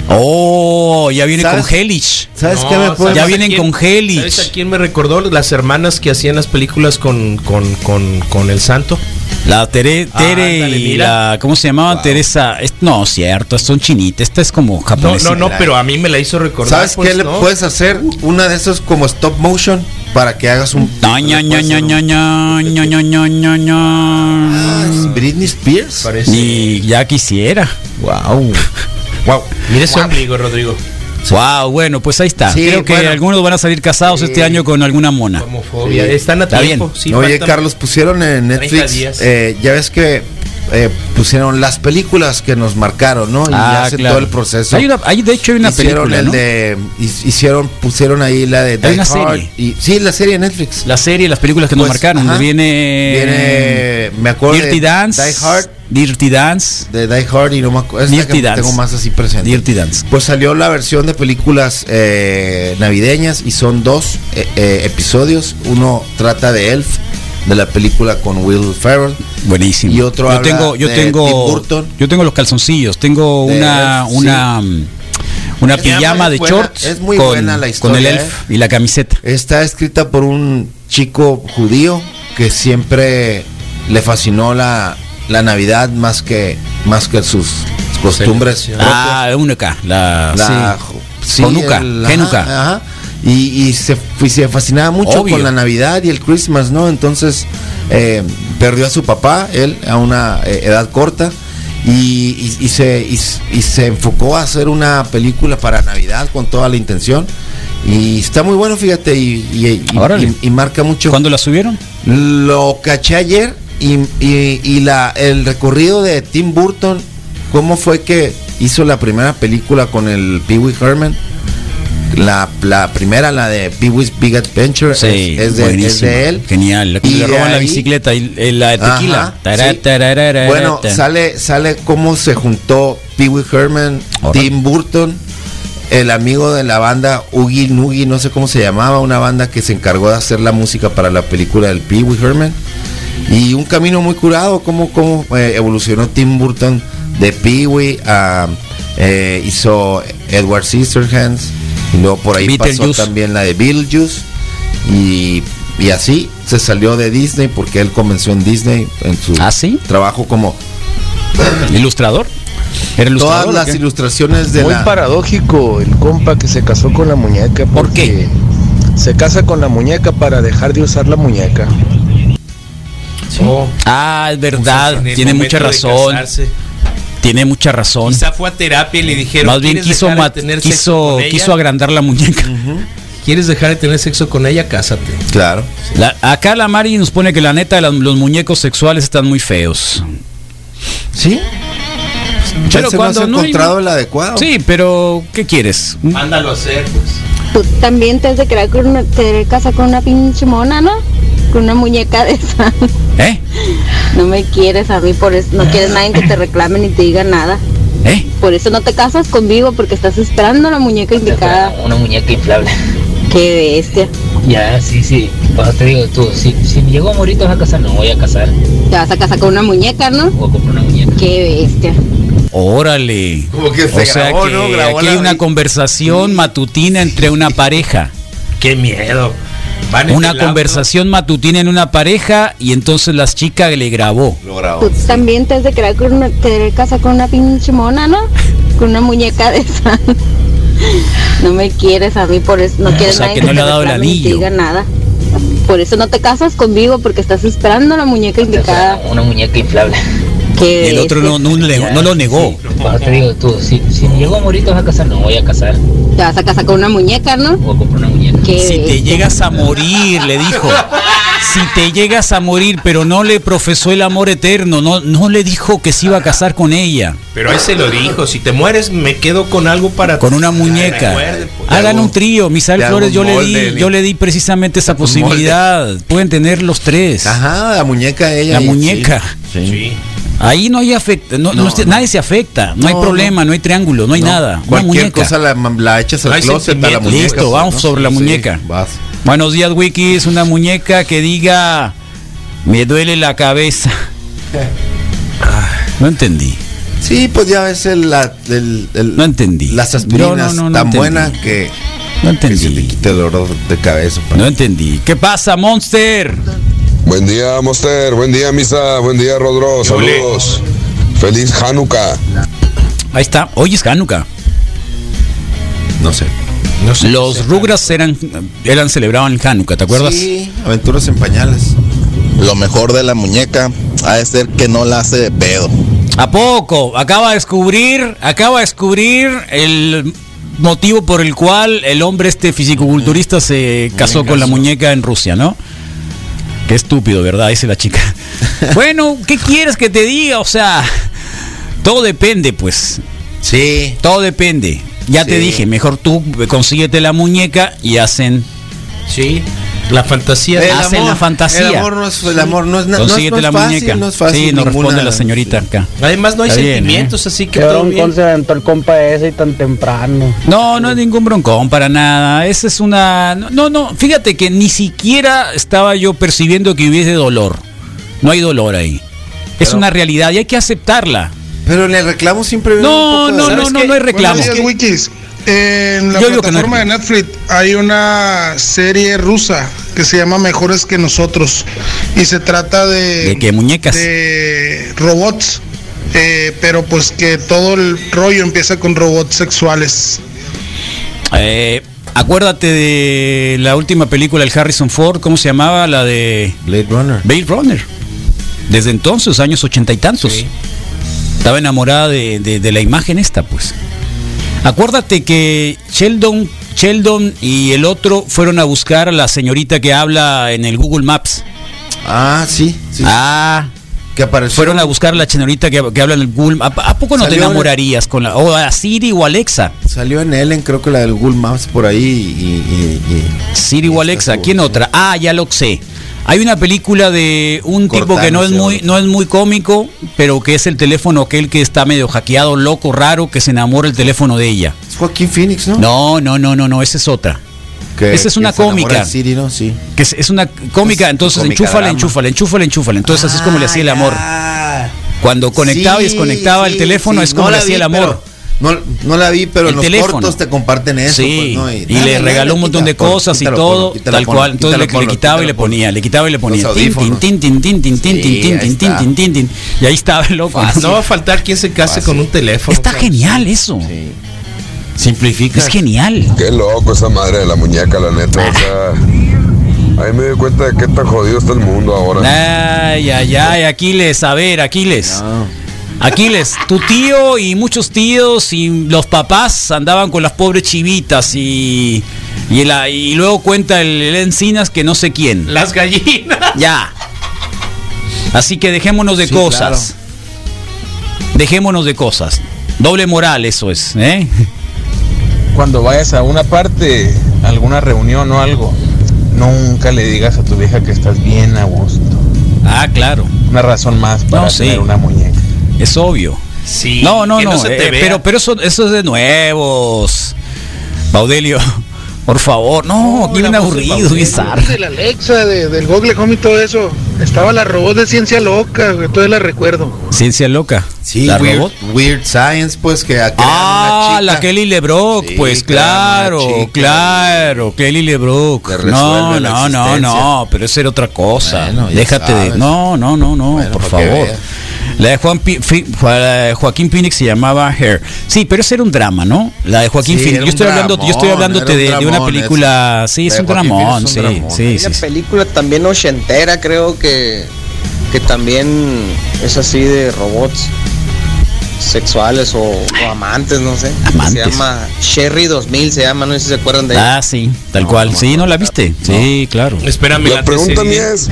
Oh, ya viene
¿Sabes?
con Hellish.
¿Sabes
No,
qué me
¿sabes
puede
Ya
a
vienen
quién-
con Helix.
¿Sabes a quién me recordó? Las hermanas que hacían las películas con, con, con, con el santo.
La Tere,
Ah,
Tere
ándale,
y
mira.
la. ¿Cómo se llamaba? Teresa. es- no, cierto, son chinitas. Esta es como
Ah,
No,
japonesa.
no, no, pero a mí me la hizo recordar.
pues, ¿Sabes
pues,
qué le
¿no?
puedes hacer? Una de esos como stop motion para que hagas un.
Ta- ña, ña, ña, ña, ña, ña, ña, ña, ña,
Ah,
ña.
es Britney Spears.
Parece-
Ni ya quisiera.
Wow. Wow.
Mira ese ombligo, Rodrigo.
Wow, bueno, pues ahí está.
Sí,
Creo que
bueno.
algunos van a salir casados este año con alguna mona.
Homofobia.
Sí.
Están a
Está
tiempo.
bien.
sí,
Oye,
falta-
Carlos, pusieron en
30
Netflix,
días.
eh, ya ves que eh, pusieron las películas que nos marcaron, ¿no? Y
Ah,
ya hace
claro.
todo el proceso.
Hay una- hay- de hecho, hay una
hicieron
película.
el
¿no?
de, hi- hicieron, pusieron ahí la de Die
una
Hard
serie.
Y, sí, la serie de Netflix.
La serie, las películas que nos
Pues,
marcaron. donde
ajá.
Viene.
Viene, me acuerdo
Dirty
de
Dance.
Die Hard.
Dirty Dance.
de Die Hard y no me acuerdo. es la
Dirty
que
Dance.
tengo más así presente.
Dirty Dance.
Pues salió la versión de películas eh, navideñas y son dos eh, eh, episodios. Uno trata de Elf de la película con Will Ferrell.
Buenísimo.
Y otro
yo
habla
tengo, yo
de
tengo,
Tim Burton.
yo tengo los calzoncillos, tengo
De
una,
Elf, sí.
una, mm, una
Es
pijama
muy
de
buena,
shorts
es muy
con,
buena la
con
historia, ¿eh?
el elf y la camiseta.
Está escrita por un chico judío que siempre le fascinó la, la Navidad más que, más que sus costumbres.
Ah, una acá, la,
la
sí.
sí,
Conuca,
el- Ah,
Genuca.
ajá, ajá. y, y se, y se fascinaba mucho
Obvio.
con la Navidad y el Christmas, ¿no? Entonces eh, perdió a su papá, él, a una eh, edad corta, y, y- y se, y, s- y se enfocó a hacer una película para Navidad con toda la intención. Y está muy bueno, fíjate, y, y- y-
Órale.
y- y marca mucho.
¿Cuándo la subieron?
Lo caché ayer y, y- y la, el recorrido de Tim Burton, cómo fue que hizo la primera película con el Pee Wee Herman. La, la primera, la de Pee Wee's Big Adventure,
Sí,
es, es de, es
buenísima,
de él.
Genial.
Y
Y le
de
roban la
ahí-
bicicleta y eh, la de tequila.
Ajá,
Tará,
sí.
tararara,
Bueno,
tará.
sale, sale cómo se juntó Pee Wee Herman,
Órale.
Tim Burton, el amigo de la banda Oogie Noogie, no sé cómo se llamaba, una banda que se encargó de hacer la música para la película del Pee Wee Herman. Y un camino muy curado, cómo, cómo eh, evolucionó Tim Burton de Pee Wee a. eh, hizo Edward Scissorhands, y luego por ahí pasó
Beetlejuice.
también la de Beetlejuice y, y así se salió de Disney porque él comenzó en Disney en su
¿Ah, sí?
trabajo como
¿Ilustrador? ¿Era ilustrador?
todas
o
las
qué?
ilustraciones de
Muy
la
paradójico el compa que se casó con la muñeca.
¿Por qué?
porque Se casa con la muñeca para dejar de usar la muñeca.
Oh,
Ah, es
pues,
verdad.
en el
Tiene
momento
mucha
de
razón.
casarse.
Tiene mucha razón.
Quizá fue a terapia y le dijeron.
Más bien
"¿Quieres
quiso,
dejar de
mat-
tener sexo
quiso,
con ella?
quiso agrandar la muñeca.
¿Quieres dejar de tener sexo con ella? Cásate.
claro
La- acá la Mari nos pone que la neta las- los muñecos sexuales están muy feos.
sí pero cuando no has encontrado el adecuado
Sí, pero ¿qué quieres?
Mándalo a hacer, pues.
Tú también te has de crear con una, te casas con una pinche mona, ¿no? Con una muñeca de esa.
¿Eh?
No me quieres a mí, por eso no quieres nadie que te reclame ni te diga nada.
¿Eh?
Por eso no te casas conmigo, porque estás esperando la muñeca indicada.
Una muñeca inflable.
Qué bestia.
Ya, sí, sí. Pues te digo tú, si, si me llegó a morir, te vas a casar. No voy a casar.
Te vas a casar con una muñeca, ¿no?
Voy a comprar una muñeca.
Qué bestia.
Órale.
como que
O sea que aquí hay una conversación
Mm.
matutina entre una pareja.
Qué miedo. Van en
Una
el auto.
conversación matutina en una pareja y entonces las chicas le grabó.
Tú también te has de crear con una, te casas con una pinche mona, ¿no? Con una muñeca de esa. No me quieres a mí, por eso no quieres
Ah, sea,
nadie
que no
te
le ha dado el
reclame ni te
anillo.
diga nada. Por eso no te casas conmigo, porque estás esperando la muñeca indicada. este,
Una muñeca inflable.
Qué
Y el otro no,
bestia.
no, le- no lo negó.
Pues te digo tú, si, si me llegó a morir, te vas a casar. No voy a casar.
Te vas a casar con una muñeca, ¿no?
Voy a comprar una muñeca.
Qué
Si te
bestia.
llegas a morir, le dijo. Si te llegas a morir, pero no le profesó el amor eterno, no, no le dijo que se iba a casar con ella,
Pero ahí se lo dijo. Si te mueres, me quedo con algo para.
con una
Recuerde,
muñeca.
pues.
Hagan un trío, Misael
te hago
Flores, yo
un
le
molde,
di, yo le di precisamente esa posibilidad. Pueden tener los tres.
ajá la muñeca ella
La
y-
muñeca.
sí, sí.
Sí.
Ahí no hay afecta, no, no
No,
se-
no.
nadie se afecta, no, hay
No,
problema, no. hay triángulo, no hay
No,
nada. Una
cualquier
muñeca.
cosa la, la echas
No
al
hay
closet a la
sentimientos.
muñeca
Listo, vamos sobre la muñeca.
vas.
Buenos días, Wikis. Una muñeca que diga, me duele la cabeza. No entendí,
sí pues ya ves el, la, el- el-
No entendí.
las
No,
aspirinas
no, no, no
tan
entendí.
buenas que
no
que se te
entendí,
quite el dolor de cabeza pa.
no entendí. ¿Qué pasa, Monster?
Buen día, Monster. Buen día, Misa. Buen día, Rodro.
ole.
Saludos. Feliz Hanukkah.
Ahí está, hoy es Hanukkah.
pues, no sé
No sé.
Los Rugras eran, eran celebraban Hanukkah, ¿te acuerdas?
sí aventuras en pañales
Lo mejor de la muñeca ha de ser que no la hace de pedo.
¿A poco? Acaba de descubrir, acaba de descubrir el motivo por el cual el hombre este fisicoculturista
Mm,
se casó con la muñeca en Rusia, ¿no? Qué estúpido, ¿verdad? Dice la chica. Bueno, ¿qué quieres que te diga? O sea, todo depende, pues.
sí
Todo depende. Ya te
Sí.
dije, mejor tú consíguete la muñeca y hacen
Sí. La fantasía.
El
hacen
amor-
la fantasía.
El amor no es, el amor no es, na- no es-
Consíguete
no es
la
fácil,
muñeca.
no es fácil
sí, nos
ninguna-
responde la señorita acá.
Además, no hay
Está bien, ¿eh?
sentimientos, así que
Qué
todo
broncón
bien.
se aventó el compa ese y tan temprano.
No, no es ningún broncón para nada. Esa es una. no, No, no. Fíjate que ni siquiera estaba yo percibiendo que hubiese dolor. No hay dolor ahí. Es una realidad y hay que aceptarla.
Pero en el reclamo siempre.
No, no, no,
¿Sabes
no,
qué?
no hay reclamo.
Buenos días, Wikis. En la
Yo digo que no hay
plataforma de Netflix hay una serie rusa que se llama Mejores que nosotros y se trata de
¿De qué muñecas?
de robots, eh, pero pues que todo el rollo empieza con robots sexuales.
Eh, acuérdate de la última película del Harrison Ford, ¿cómo se llamaba? La de.
Blade Runner.
Blade Runner. Desde entonces, años ochenta y tantos. Estaba enamorada de, de- de la imagen esta, pues. Acuérdate que Sheldon, Sheldon y el otro fueron a buscar a la señorita que habla en el Google Maps.
Ah, sí. sí.
Ah.
Que apareció.
Fueron a buscar a la señorita que, que habla en el Google Maps. ¿A, a poco no te
Salió-
enamorarías con la. O a Siri o Alexa.
Salió en Ellen, creo que la del Google Maps por ahí. Y, y- y-
Siri o Alexa, ¿quién otra? Ah, ya lo sé. Hay una película de un tipo que no es
Cortana,
muy no es muy cómico, pero que es el teléfono aquel que está medio hackeado, loco, raro, que se enamora el teléfono de ella.
Es Joaquín Phoenix, ¿no?
No, no, no, no, no, esa es otra.
Que-
esa es
que
una
se enamora
cómica.
de Siri, ¿no? Sí.
Que es, es una cómica, entonces
cómica
enchúfala,
drama.
enchúfala, enchúfala, enchúfala. Entonces Pues así es como le hacía el amor.
Ah,
Cuando conectaba y
sí,
desconectaba el
sí,
teléfono
sí.
es como
No
le
la
hacía
vi,
el amor.
pero- No, no la vi, pero
El
en los
teléfono.
cortos te comparten eso.
sí,
pues, ¿no?
y,
dale,
le
dale,
regaló un montón de
quita, pon,
cosas y
quítalo,
todo,
pon, quítalo,
tal
pon,
cual. Entonces le,
quítalo,
le
pon,
quitaba y le
quítalo, pon.
ponía, le quitaba y le ponía.
Los
Tin, tin,
audífonos.
tin, tin, tin, tin, tin,
Sí,
tin, tin,
ahí
tin, tin,
está.
tin, tin, tin. Y ahí estaba el loco.
Ah, No va a faltar quien se case con un teléfono. pues.
Está
cabrón.
genial eso.
Simplifica.
Es genial.
Qué loco esa madre de la muñeca, la neta. O sea, ahí me doy cuenta de qué tan jodido está el mundo ahora.
Ay, ay, ay, Aquiles, a ver, Aquiles. Aquiles, tu tío y muchos tíos y los papás andaban con las pobres chivitas y, y, la- y luego cuenta el, el Encinas que no sé quién.
Las gallinas.
Ya. Así que dejémonos de
Sí,
cosas. Dejémonos de cosas. Doble moral eso es, ¿eh?
Cuando vayas a una parte, alguna reunión o algo, nunca le digas a tu vieja que estás bien a gusto.
Ah, claro.
Una razón más para
No, sí.
tener una muñeca.
Es obvio.
Sí.
No, no,
que
no.
se te
eh,
vea.
pero pero eso, eso es de nuevos. Baudelio, por favor. No, aquí viene aburrido, bizarro.
De la Alexa, de- del Google Home y todo eso. Estaba la robot de ciencia loca, güey, todavía la recuerdo.
Ciencia loca.
Sí,
¿La
weird,
robot?
Weird Science, pues que a- crearon
Ah,
una
la
chica
Kelly LeBrock,
Sí,
pues
claro,
claro,
una chica.
claro, Kelly LeBrock.
resuelve
No,
la
no, no,
existencia.
no, pero eso era otra cosa.
Bueno, ya
Déjate de.
sabes.
No, no, no, no, por
para que
favor.
veas.
La de Juan Pi- Fi- Ju- la de Joaquín Phoenix se llamaba Hair. Sí, pero ese era un drama, ¿no? La de Joaquín
Sí,
Phoenix.
era
Yo
un
estoy hablando, yo estoy
dramón,
hablándote
era un
de, de una
dramón,
película.
ese.
Sí, es
La
un
de Joaquín Phoenix
dramón,
es
sí,
un dramón.
sí,
Hay
sí.
una
sí.
película también ochentera, creo que, que también es así de robots sexuales o, o amantes, no sé.
Amantes.
Se llama Sherry 2000, se llama, no sé si se acuerdan de ella.
Ah, sí, tal cual. Sí, ¿no la viste? Sí, claro.
Espérame,
La pregunta mía es,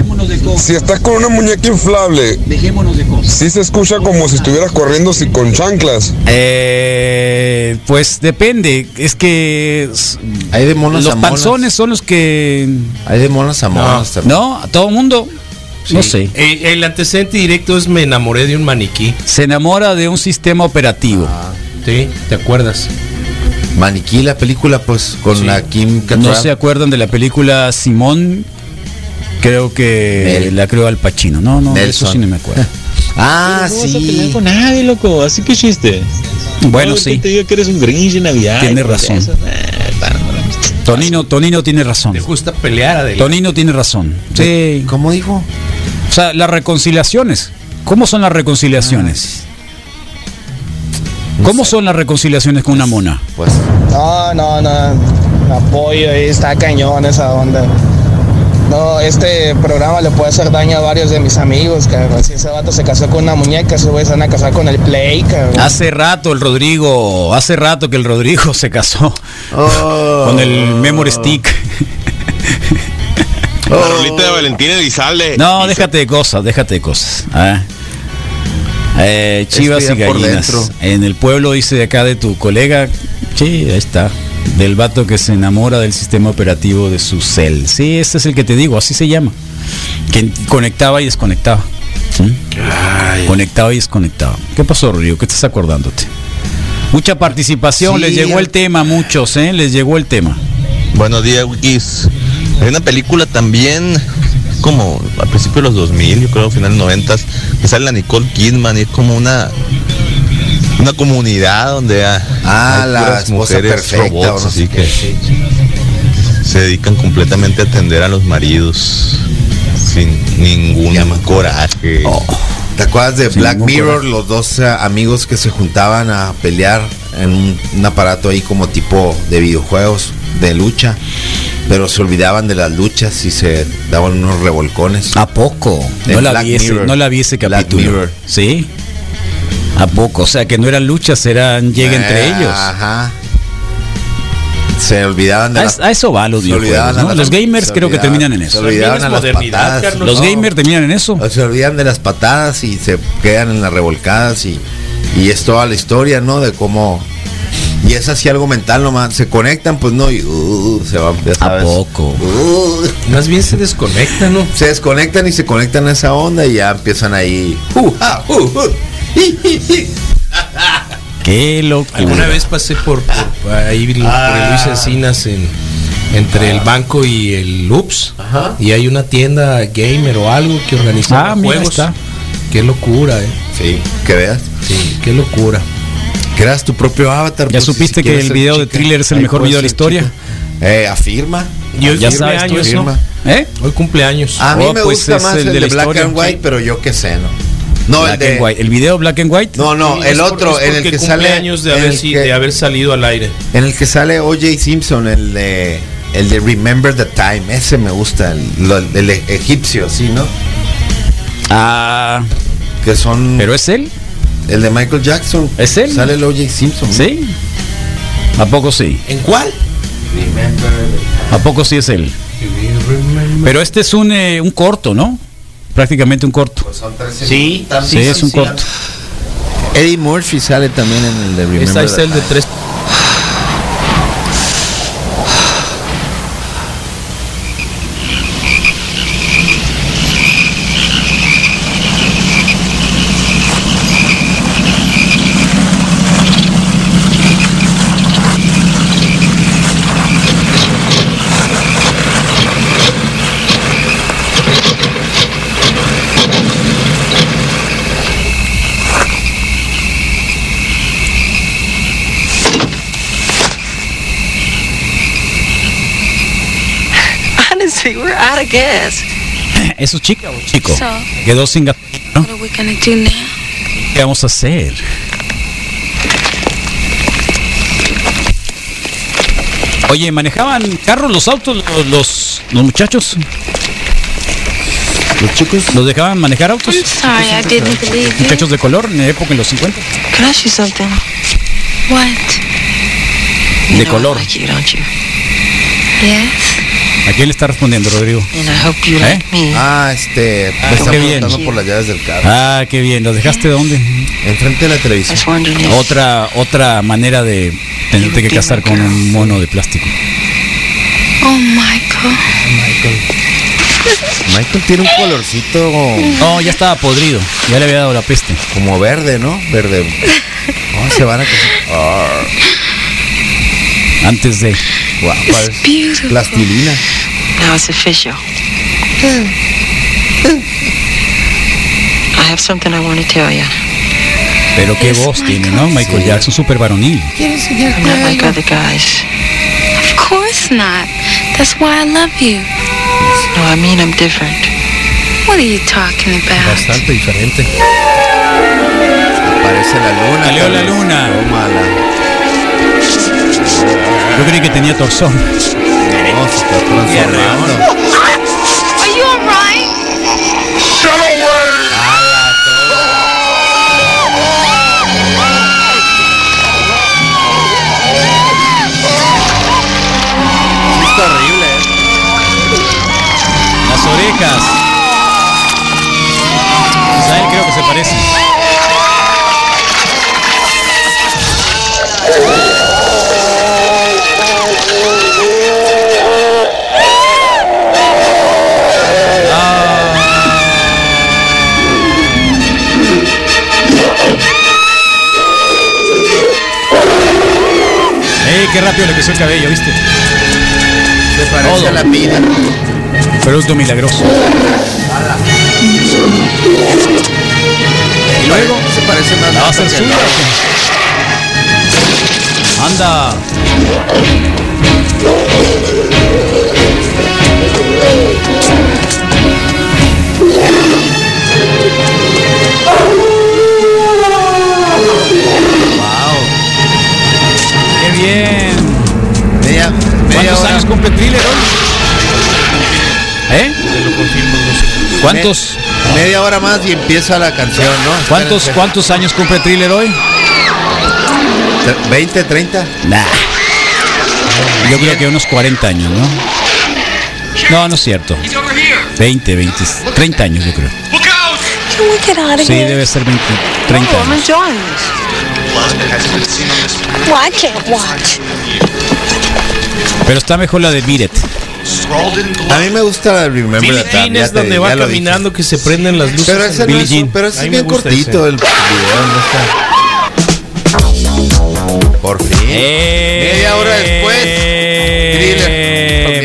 si estás con una muñeca inflable,
Dejémonos de cosas.
si se escucha como si estuvieras corriendo si- con chanclas.
Eh, pues depende, es que s-
Hay de monos
los
a monos.
panzones son los que
Hay de monos a monos también.
no, a todo mundo no
Sí.
sé,
Eh, el antecedente directo es me enamoré de un maniquí.
se enamora de un sistema operativo.
Sí, ¿te acuerdas?
Maniquí, la película, pues con
Sí.
la Kim
no
Cattrall.
se acuerdan de la película Simón, creo que
Nel-
la creo al Pacino. No, no, de eso
Nelson.
sí no me acuerdo.
Ah,
pelear
sí.
con nadie, loco. Así que chiste.
Bueno,
No,
sí.
que te diga que eres un grinch en Navidad.
Tiene
y todo
razón.
eso. Eh, para, para.
Tonino, Tonino tiene razón.
Te gusta pelear, Adela.
Tonino tiene razón. Sí.
¿Cómo dijo?
O sea, las reconciliaciones. ¿Cómo son las reconciliaciones? ¿Cómo son las reconciliaciones con una mona?
Pues
No, no, no. Apoyo, ahí está cañón esa onda. No, este programa le puede hacer daño a varios de mis amigos, cabrón. Si ese vato se casó con una muñeca, se van a casar con el Play, cabrón.
Ah.
Hace rato el Rodrigo, hace rato que el Rodrigo se casó con el Memory Stick.
La
oh.
rolita de Valentín Elizalde.
No, déjate de cosas, déjate de cosas. ah. Eh, chivas
Estoy
y
ya por
gallinas.
dentro.
En el pueblo, dice de acá de tu colega. Sí, ahí está. Del vato que se enamora del sistema operativo de su cel. Sí, este es el que te digo, así se llama. Que conectaba y desconectaba. ¿sí? Conectaba y desconectaba. ¿Qué pasó, Río? ¿Qué estás acordándote? Mucha participación,
Sí,
les llegó el
el-
tema a muchos, ¿eh? Les llegó el tema.
Buenos días, Wikis. Hay una película también, como a principios de los 2000, yo creo, final de los 90, que sale la Nicole Kidman y es como una una comunidad donde ha-
Ah, la
puras
esposa perfecta, o no
así
sé qué.
que se dedican completamente a atender a los maridos sin ningún coraje.
¿Te acuerdas de
Sin
Black
ningún
Mirror?
coraje.
Los dos eh, amigos que se juntaban a pelear en un, un aparato ahí como tipo de videojuegos, de lucha, pero se olvidaban de las luchas y se daban unos revolcones.
¿A poco? No la, vi ese, no la vi ese capítulo. ¿Sí? ¿A poco? O sea, que no eran luchas, eran llegue entre
Eh,
ellos.
Ajá. Se olvidaban de
A,
las-
Ah, es- a eso va los
se
videojuegos,
olvidaban a
¿no?
las-
Los gamers
se
creo que
olvidaban-
terminan en
Se
eso.
olvidaban a las patadas.
Los
No.
gamers terminan en eso.
O se olvidan de las patadas y se quedan en las revolcadas y, y es toda la historia, ¿no? De cómo... Y es así algo mental nomás. Se conectan, pues no, y uh, se van, ya sabes.
poco?
Más bien se desconectan, ¿no? Se desconectan y se conectan a esa onda y ya empiezan ahí... uh, ah, uh, uh, hi, hi, hi.
Qué loco.
Alguna vez pasé por, por ahí por el
Ah.
Luis Encinas en- entre el banco y el Ups y hay una tienda gamer o algo que organiza
Ah, mira,
juegos.
está.
Qué locura, eh.
Sí, que veas.
Sí, qué locura.
Creas tu propio avatar.
¿Ya
pues,
supiste
si
que
quieres
el
ser
video de
chica,
Thriller es el
ahí
mejor
puedes
video de la
ser
historia?
chica. Eh, afirma.
Y hoy
Ya
cumple
sabes tú
años,
eso.
¿no?
¿Eh?
Hoy cumpleaños.
A mí
Oh,
me
pues
gusta
es
más
el
el,
de
de,
la
Black
historia,
and White, pero yo qué sé, ¿no? No,
Black
el de...
and White. ¿El video Black and White?
No, no, el otro, en el que sale...
años de
en
haber,
el
si-
que-
de haber salido al aire.
En el que sale OJ Simpson, el de, el de Remember the Time, ese me gusta, el, lo- el e- egipcio, sí, ¿no?
Ah.
Que son...
¿Pero es él?
El de Michael Jackson.
¿Es él?
Sale el OJ Simpson.
¿Sí? ¿A poco sí?
¿En cuál?
¿A poco sí es él? Pero este es un, eh, un corto, ¿no? Prácticamente un corto.
Sí,
Sí, es un corto.
Eddie Murphy sale también en el de Remember
Esta es
the
el de
Time.
tres.
Honestly, we're out of gas.
¿Eso es chica o chico?
So-
Quedó sin gas- ¿no?
What are we gonna do now?
¿Qué vamos a hacer? Oye, ¿manejaban carros los autos los, los, los muchachos? ¿Los chicos? ¿Los dejaban manejar autos?
I'm sorry,
pues,
I didn't believe you.
Muchachos de color, en la época en los 50.
Can I ask you something? What?
De color.
Yes.
¿A quién le está respondiendo, Rodrigo?
And I hope you
¿Eh?
like me.
Ah, este... me
qué
está
bien.
preguntando por las llaves del carro.
Ah, qué bien. ¿Los dejaste dónde?
Enfrente de la televisión.
Otra, otra manera de tenerte que casar con un mono de plástico.
Oh, Michael.
Michael tiene un colorcito...
No, ya estaba podrido. Ya le había dado la peste.
Como verde, ¿no? Verde. Oh, se van a casar. Ah,
Antes de.
guau, parece
beautiful.
Plastilina.
Now it's official. I have something I want to tell you.
Pero qué voz tiene, ¿no? Michael Jackson, súper varonil.
I'm not like other guys.
Of course not. That's why I love you.
No, I mean I'm different.
What are you talking about?
Bastante diferente.
Parece la luna.
Salió la
Carlos.
luna.
Tómala.
Yo creí que tenía torzón.
No, se está transformando.
Are you alright? Shut away!
Es horrible.
Las orejas. Pues a él creo que se parece. Ah. rápido le creció el cabello, ¿viste?
Se parece a la vida.
Producto milagroso.
Y luego se parece más
¿La va a hacer
que-
suya Anda. Qué bien.
Media, media
¿Cuántos
hora.
años cumple Thriller hoy? ¿Eh? ¿Cuántos?
Me- media hora más y empieza la canción, ¿no?
¿Cuántos,
Espérense.
¿Cuántos años cumple Thriller hoy?
Tre- 20, 30.
Nah. Yo creo que unos 40 años, ¿no? No, no es cierto. 20, 20, 30 años yo creo.
Can we get out of
Sí,
here?
debe ser 20,
Oh,
30
I'm
años.
enjoying this. Well, I can't watch.
Pero está mejor la de Biret.
A mí me gusta la Remember
Billie
the Time,
Jean
ya
es
te-
donde
ya
va
lo dije.
caminando que se prenden las luces.
Pero ese no
Billie
es,
Jean.
pero ese
A
es
mí
bien
me gusta
cortito
ese.
el video, ¿no está? Por fin. Media hora después.
Eh,
Thriller.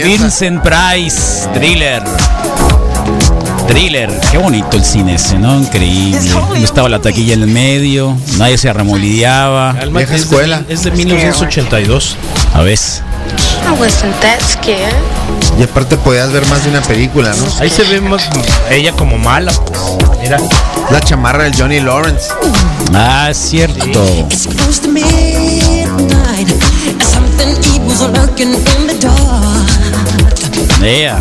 Comienza.
Vincent Price, Thriller. Thriller, qué bonito el cine ese, ¿no? Increíble. No Estaba la taquilla en el medio, nadie se arremolideaba.
Alma, es de- es de 1982.
A veces.
I wasn't that scared.
Y aparte podías ver más de una película, ¿no?
Ahí se ve más ella como mala. Era
La chamarra del Johnny Lawrence.
Ah, es cierto.
It's close to midnight. Something evil's lurking in the dark.
Ea.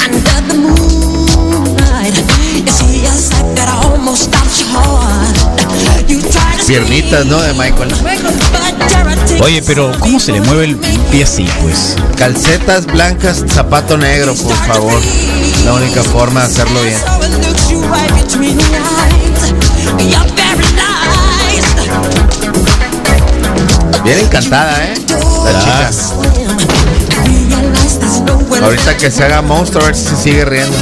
Under the moonlight, you see a sight that almost stops your heart. You try to
Piernitas, ¿no? De Michael.
but terror takes
Oye, pero ¿cómo se le mueve el pie así, pues?
Calcetas blancas, zapato negro, por favor. La única forma de hacerlo bien.
over and looks you right between the eyes. You're paralyzed.
Bien encantada, ¿eh? La
Ah.
chica.
Realize there's nowhere
Ahorita que se haga monstruo, a ver si se sigue riendo.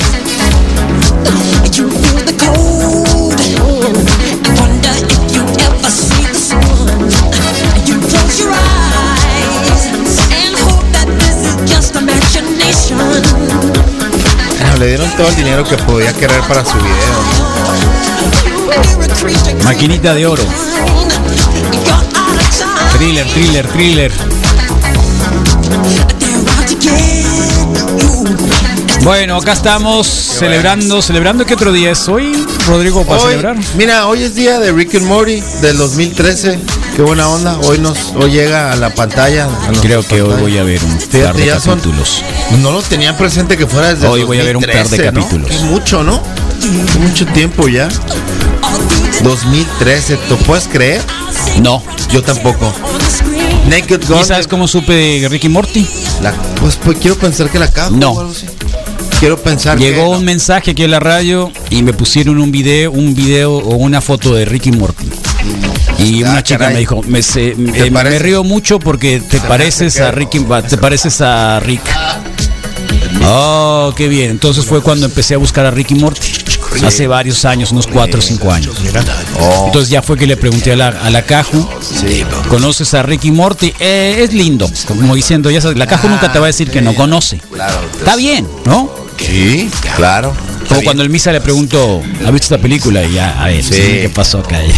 You feel the cold hand. I wonder if you ever see the sun. You close your eyes and hope that this is just imagination.
Ah, Le dieron todo el dinero que podía querer para su video.
Maquinita de oro. Thriller, thriller, thriller. Bueno, acá estamos celebrando, celebrando qué otro día es hoy, Rodrigo, para
Hoy-
celebrar.
mira, hoy es día de Rick and Morty del 2013. Qué buena onda. Hoy nos hoy llega a la pantalla. a nuestra
Creo que hoy
pantalla.
voy a ver un
Fíjate,
par de
ya son-
capítulos.
No lo tenía presente que fuera desde
Hoy voy a ver un par de
2013, ¿no?
capítulos.
Qué mucho, ¿no? Qué mucho tiempo ya. 2013, ¿tú puedes creer?
No.
Yo tampoco. Naked
¿Y
Gun.
sabes cómo supe de Ricky Morty?
la- pues, pues quiero pensar que la cago.
No.
o algo así. Quiero pensar
Llegó
que.
un mensaje aquí a la radio y me pusieron un video, un video o una foto de Ricky Morty. Y
Ah,
una chica
caray.
me dijo, me, se- eh, me- me
parece?
río mucho porque te pareces a Ricky, te pareces a Rick. Oh, qué bien. Entonces fue cuando empecé a buscar a Ricky Morty. Hace varios años, unos 4 o 5 años.
Oh,
Entonces ya fue que le pregunté a la, a la Caju, ¿conoces a Ricky Morty? Eh, es lindo, como diciendo, ya sabes, la Caju nunca te va a decir
Ah,
que no conoce.
claro.
Está bien, ¿no?
Sí, claro.
Como cuando el Misa le preguntó, ¿has visto esta película? Y ya, a ver,
Sí.
sí, ¿qué pasó acá?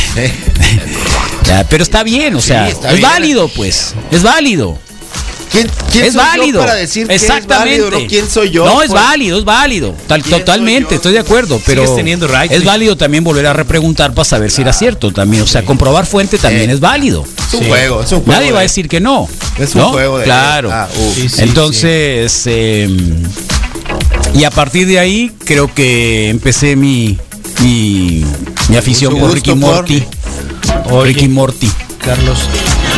Ya, pero está bien, o sea,
está
es
bien.
válido, pues, es válido.
¿Quién, quién
es
soy yo
válido.
para decir que es
Exactamente.
válido, no? ¿Quién soy yo?
No, es
Pues,
válido, es válido. Tal,
¿Quién soy
totalmente,
yo?
estoy de acuerdo. Pero
Sigues teniendo right,
es
sí.
válido también volver a repreguntar para saber si era cierto también. O sea, comprobar fuente también es válido.
Es un juego, es un juego.
Nadie va a
de-
decir que no.
Es un
¿no?
juego de-
Claro.
Ah, uh. Sí, sí,
Entonces, em, y a partir de ahí creo que empecé mi mi, mi afición
Su
por
gusto
Ricky
por-
Morty.
Oye.
Ricky Morty.
Carlos.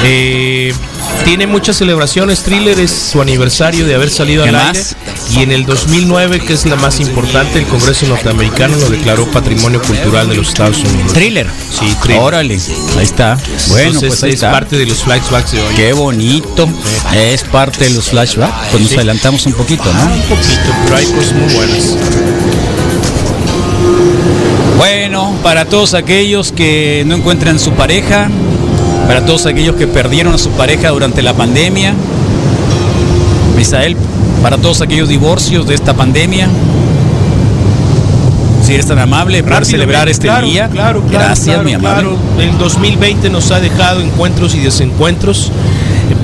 Eh, tiene muchas celebraciones. Thriller es su aniversario de haber salido
¿Qué
al aire.
más?
Y en el 2009, que es la más importante, el Congreso norteamericano lo declaró Patrimonio Cultural de los Estados Unidos.
Thriller.
Sí, Thriller.
Órale, ahí está. Bueno,
Entonces,
pues ahí
es
está.
parte de los flashbacks de hoy.
Qué bonito. Es parte de los flashbacks. Pues nos
Sí.
adelantamos un poquito, ¿no?
Un poquito, pero hay cosas muy buenas.
Bueno, para todos aquellos que no encuentran su pareja, Para todos aquellos que perdieron a su pareja durante la pandemia. Misael, para todos aquellos divorcios de esta pandemia. Si eres tan amable para
Rápidamente,
celebrar este
claro,
día.
Claro, claro,
Gracias,
claro,
mi amable.
claro. El 2020 nos ha dejado encuentros y desencuentros, eh,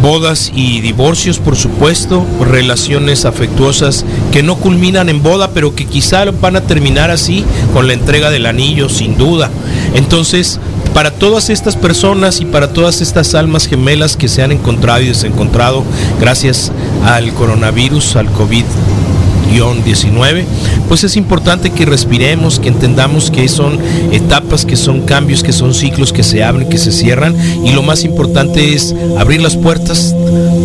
bodas y divorcios, por supuesto, relaciones afectuosas que no culminan en boda, pero que quizá van a terminar así con la entrega del anillo, sin duda. Entonces, para todas estas personas y para todas estas almas gemelas que se han encontrado y desencontrado gracias al coronavirus, al COVID 19, pues es importante que respiremos, que entendamos que son etapas, que son cambios, que son ciclos que se abren, que se cierran y lo más importante es abrir las puertas,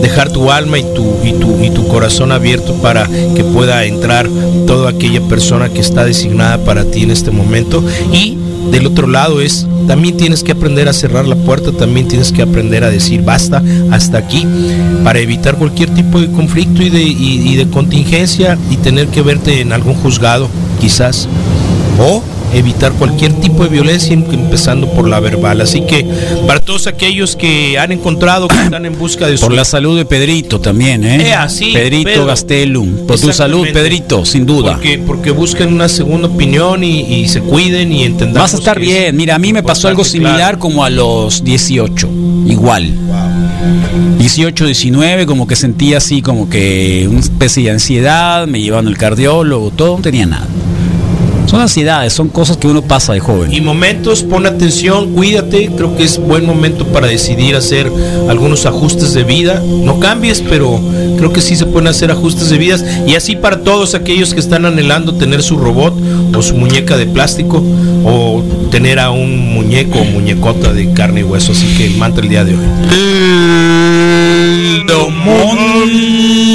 dejar tu alma y tu, y tu, y tu corazón abierto para que pueda entrar toda aquella persona que está designada para ti en este momento y del otro lado es, también tienes que aprender a cerrar la puerta, también tienes que aprender a decir basta hasta aquí para evitar cualquier tipo de conflicto y de, y- y de contingencia y tener que verte en algún juzgado quizás o evitar cualquier tipo de violencia em- empezando por la verbal. Así que para todos aquellos que han encontrado, que están en busca de su...
Por la salud de Pedrito también, ¿eh?
Eh, así,
Pedrito
Pedro.
Gastelum. Por tu salud,
Exactamente.
Pedrito, sin duda.
Porque, porque busquen una segunda opinión y, y se cuiden y entendamos.
Vas a estar
que es
bien. Mira, a mí me pasó algo
importante,
similar
claro.
como a los 18, igual. 18, 19, como que sentía así como que una especie de ansiedad, me llevaban al cardiólogo, todo, no tenía nada. Son ansiedades, son cosas que uno pasa de joven.
Y momentos, pon atención, cuídate. Creo que es buen momento para decidir hacer algunos ajustes de vida. No cambies, pero creo que sí se pueden hacer ajustes de vidas. Y así para todos aquellos que están anhelando tener su robot o su muñeca de plástico o tener a un muñeco o muñecota de carne y hueso. Así que el mantra el día de hoy.
mundo.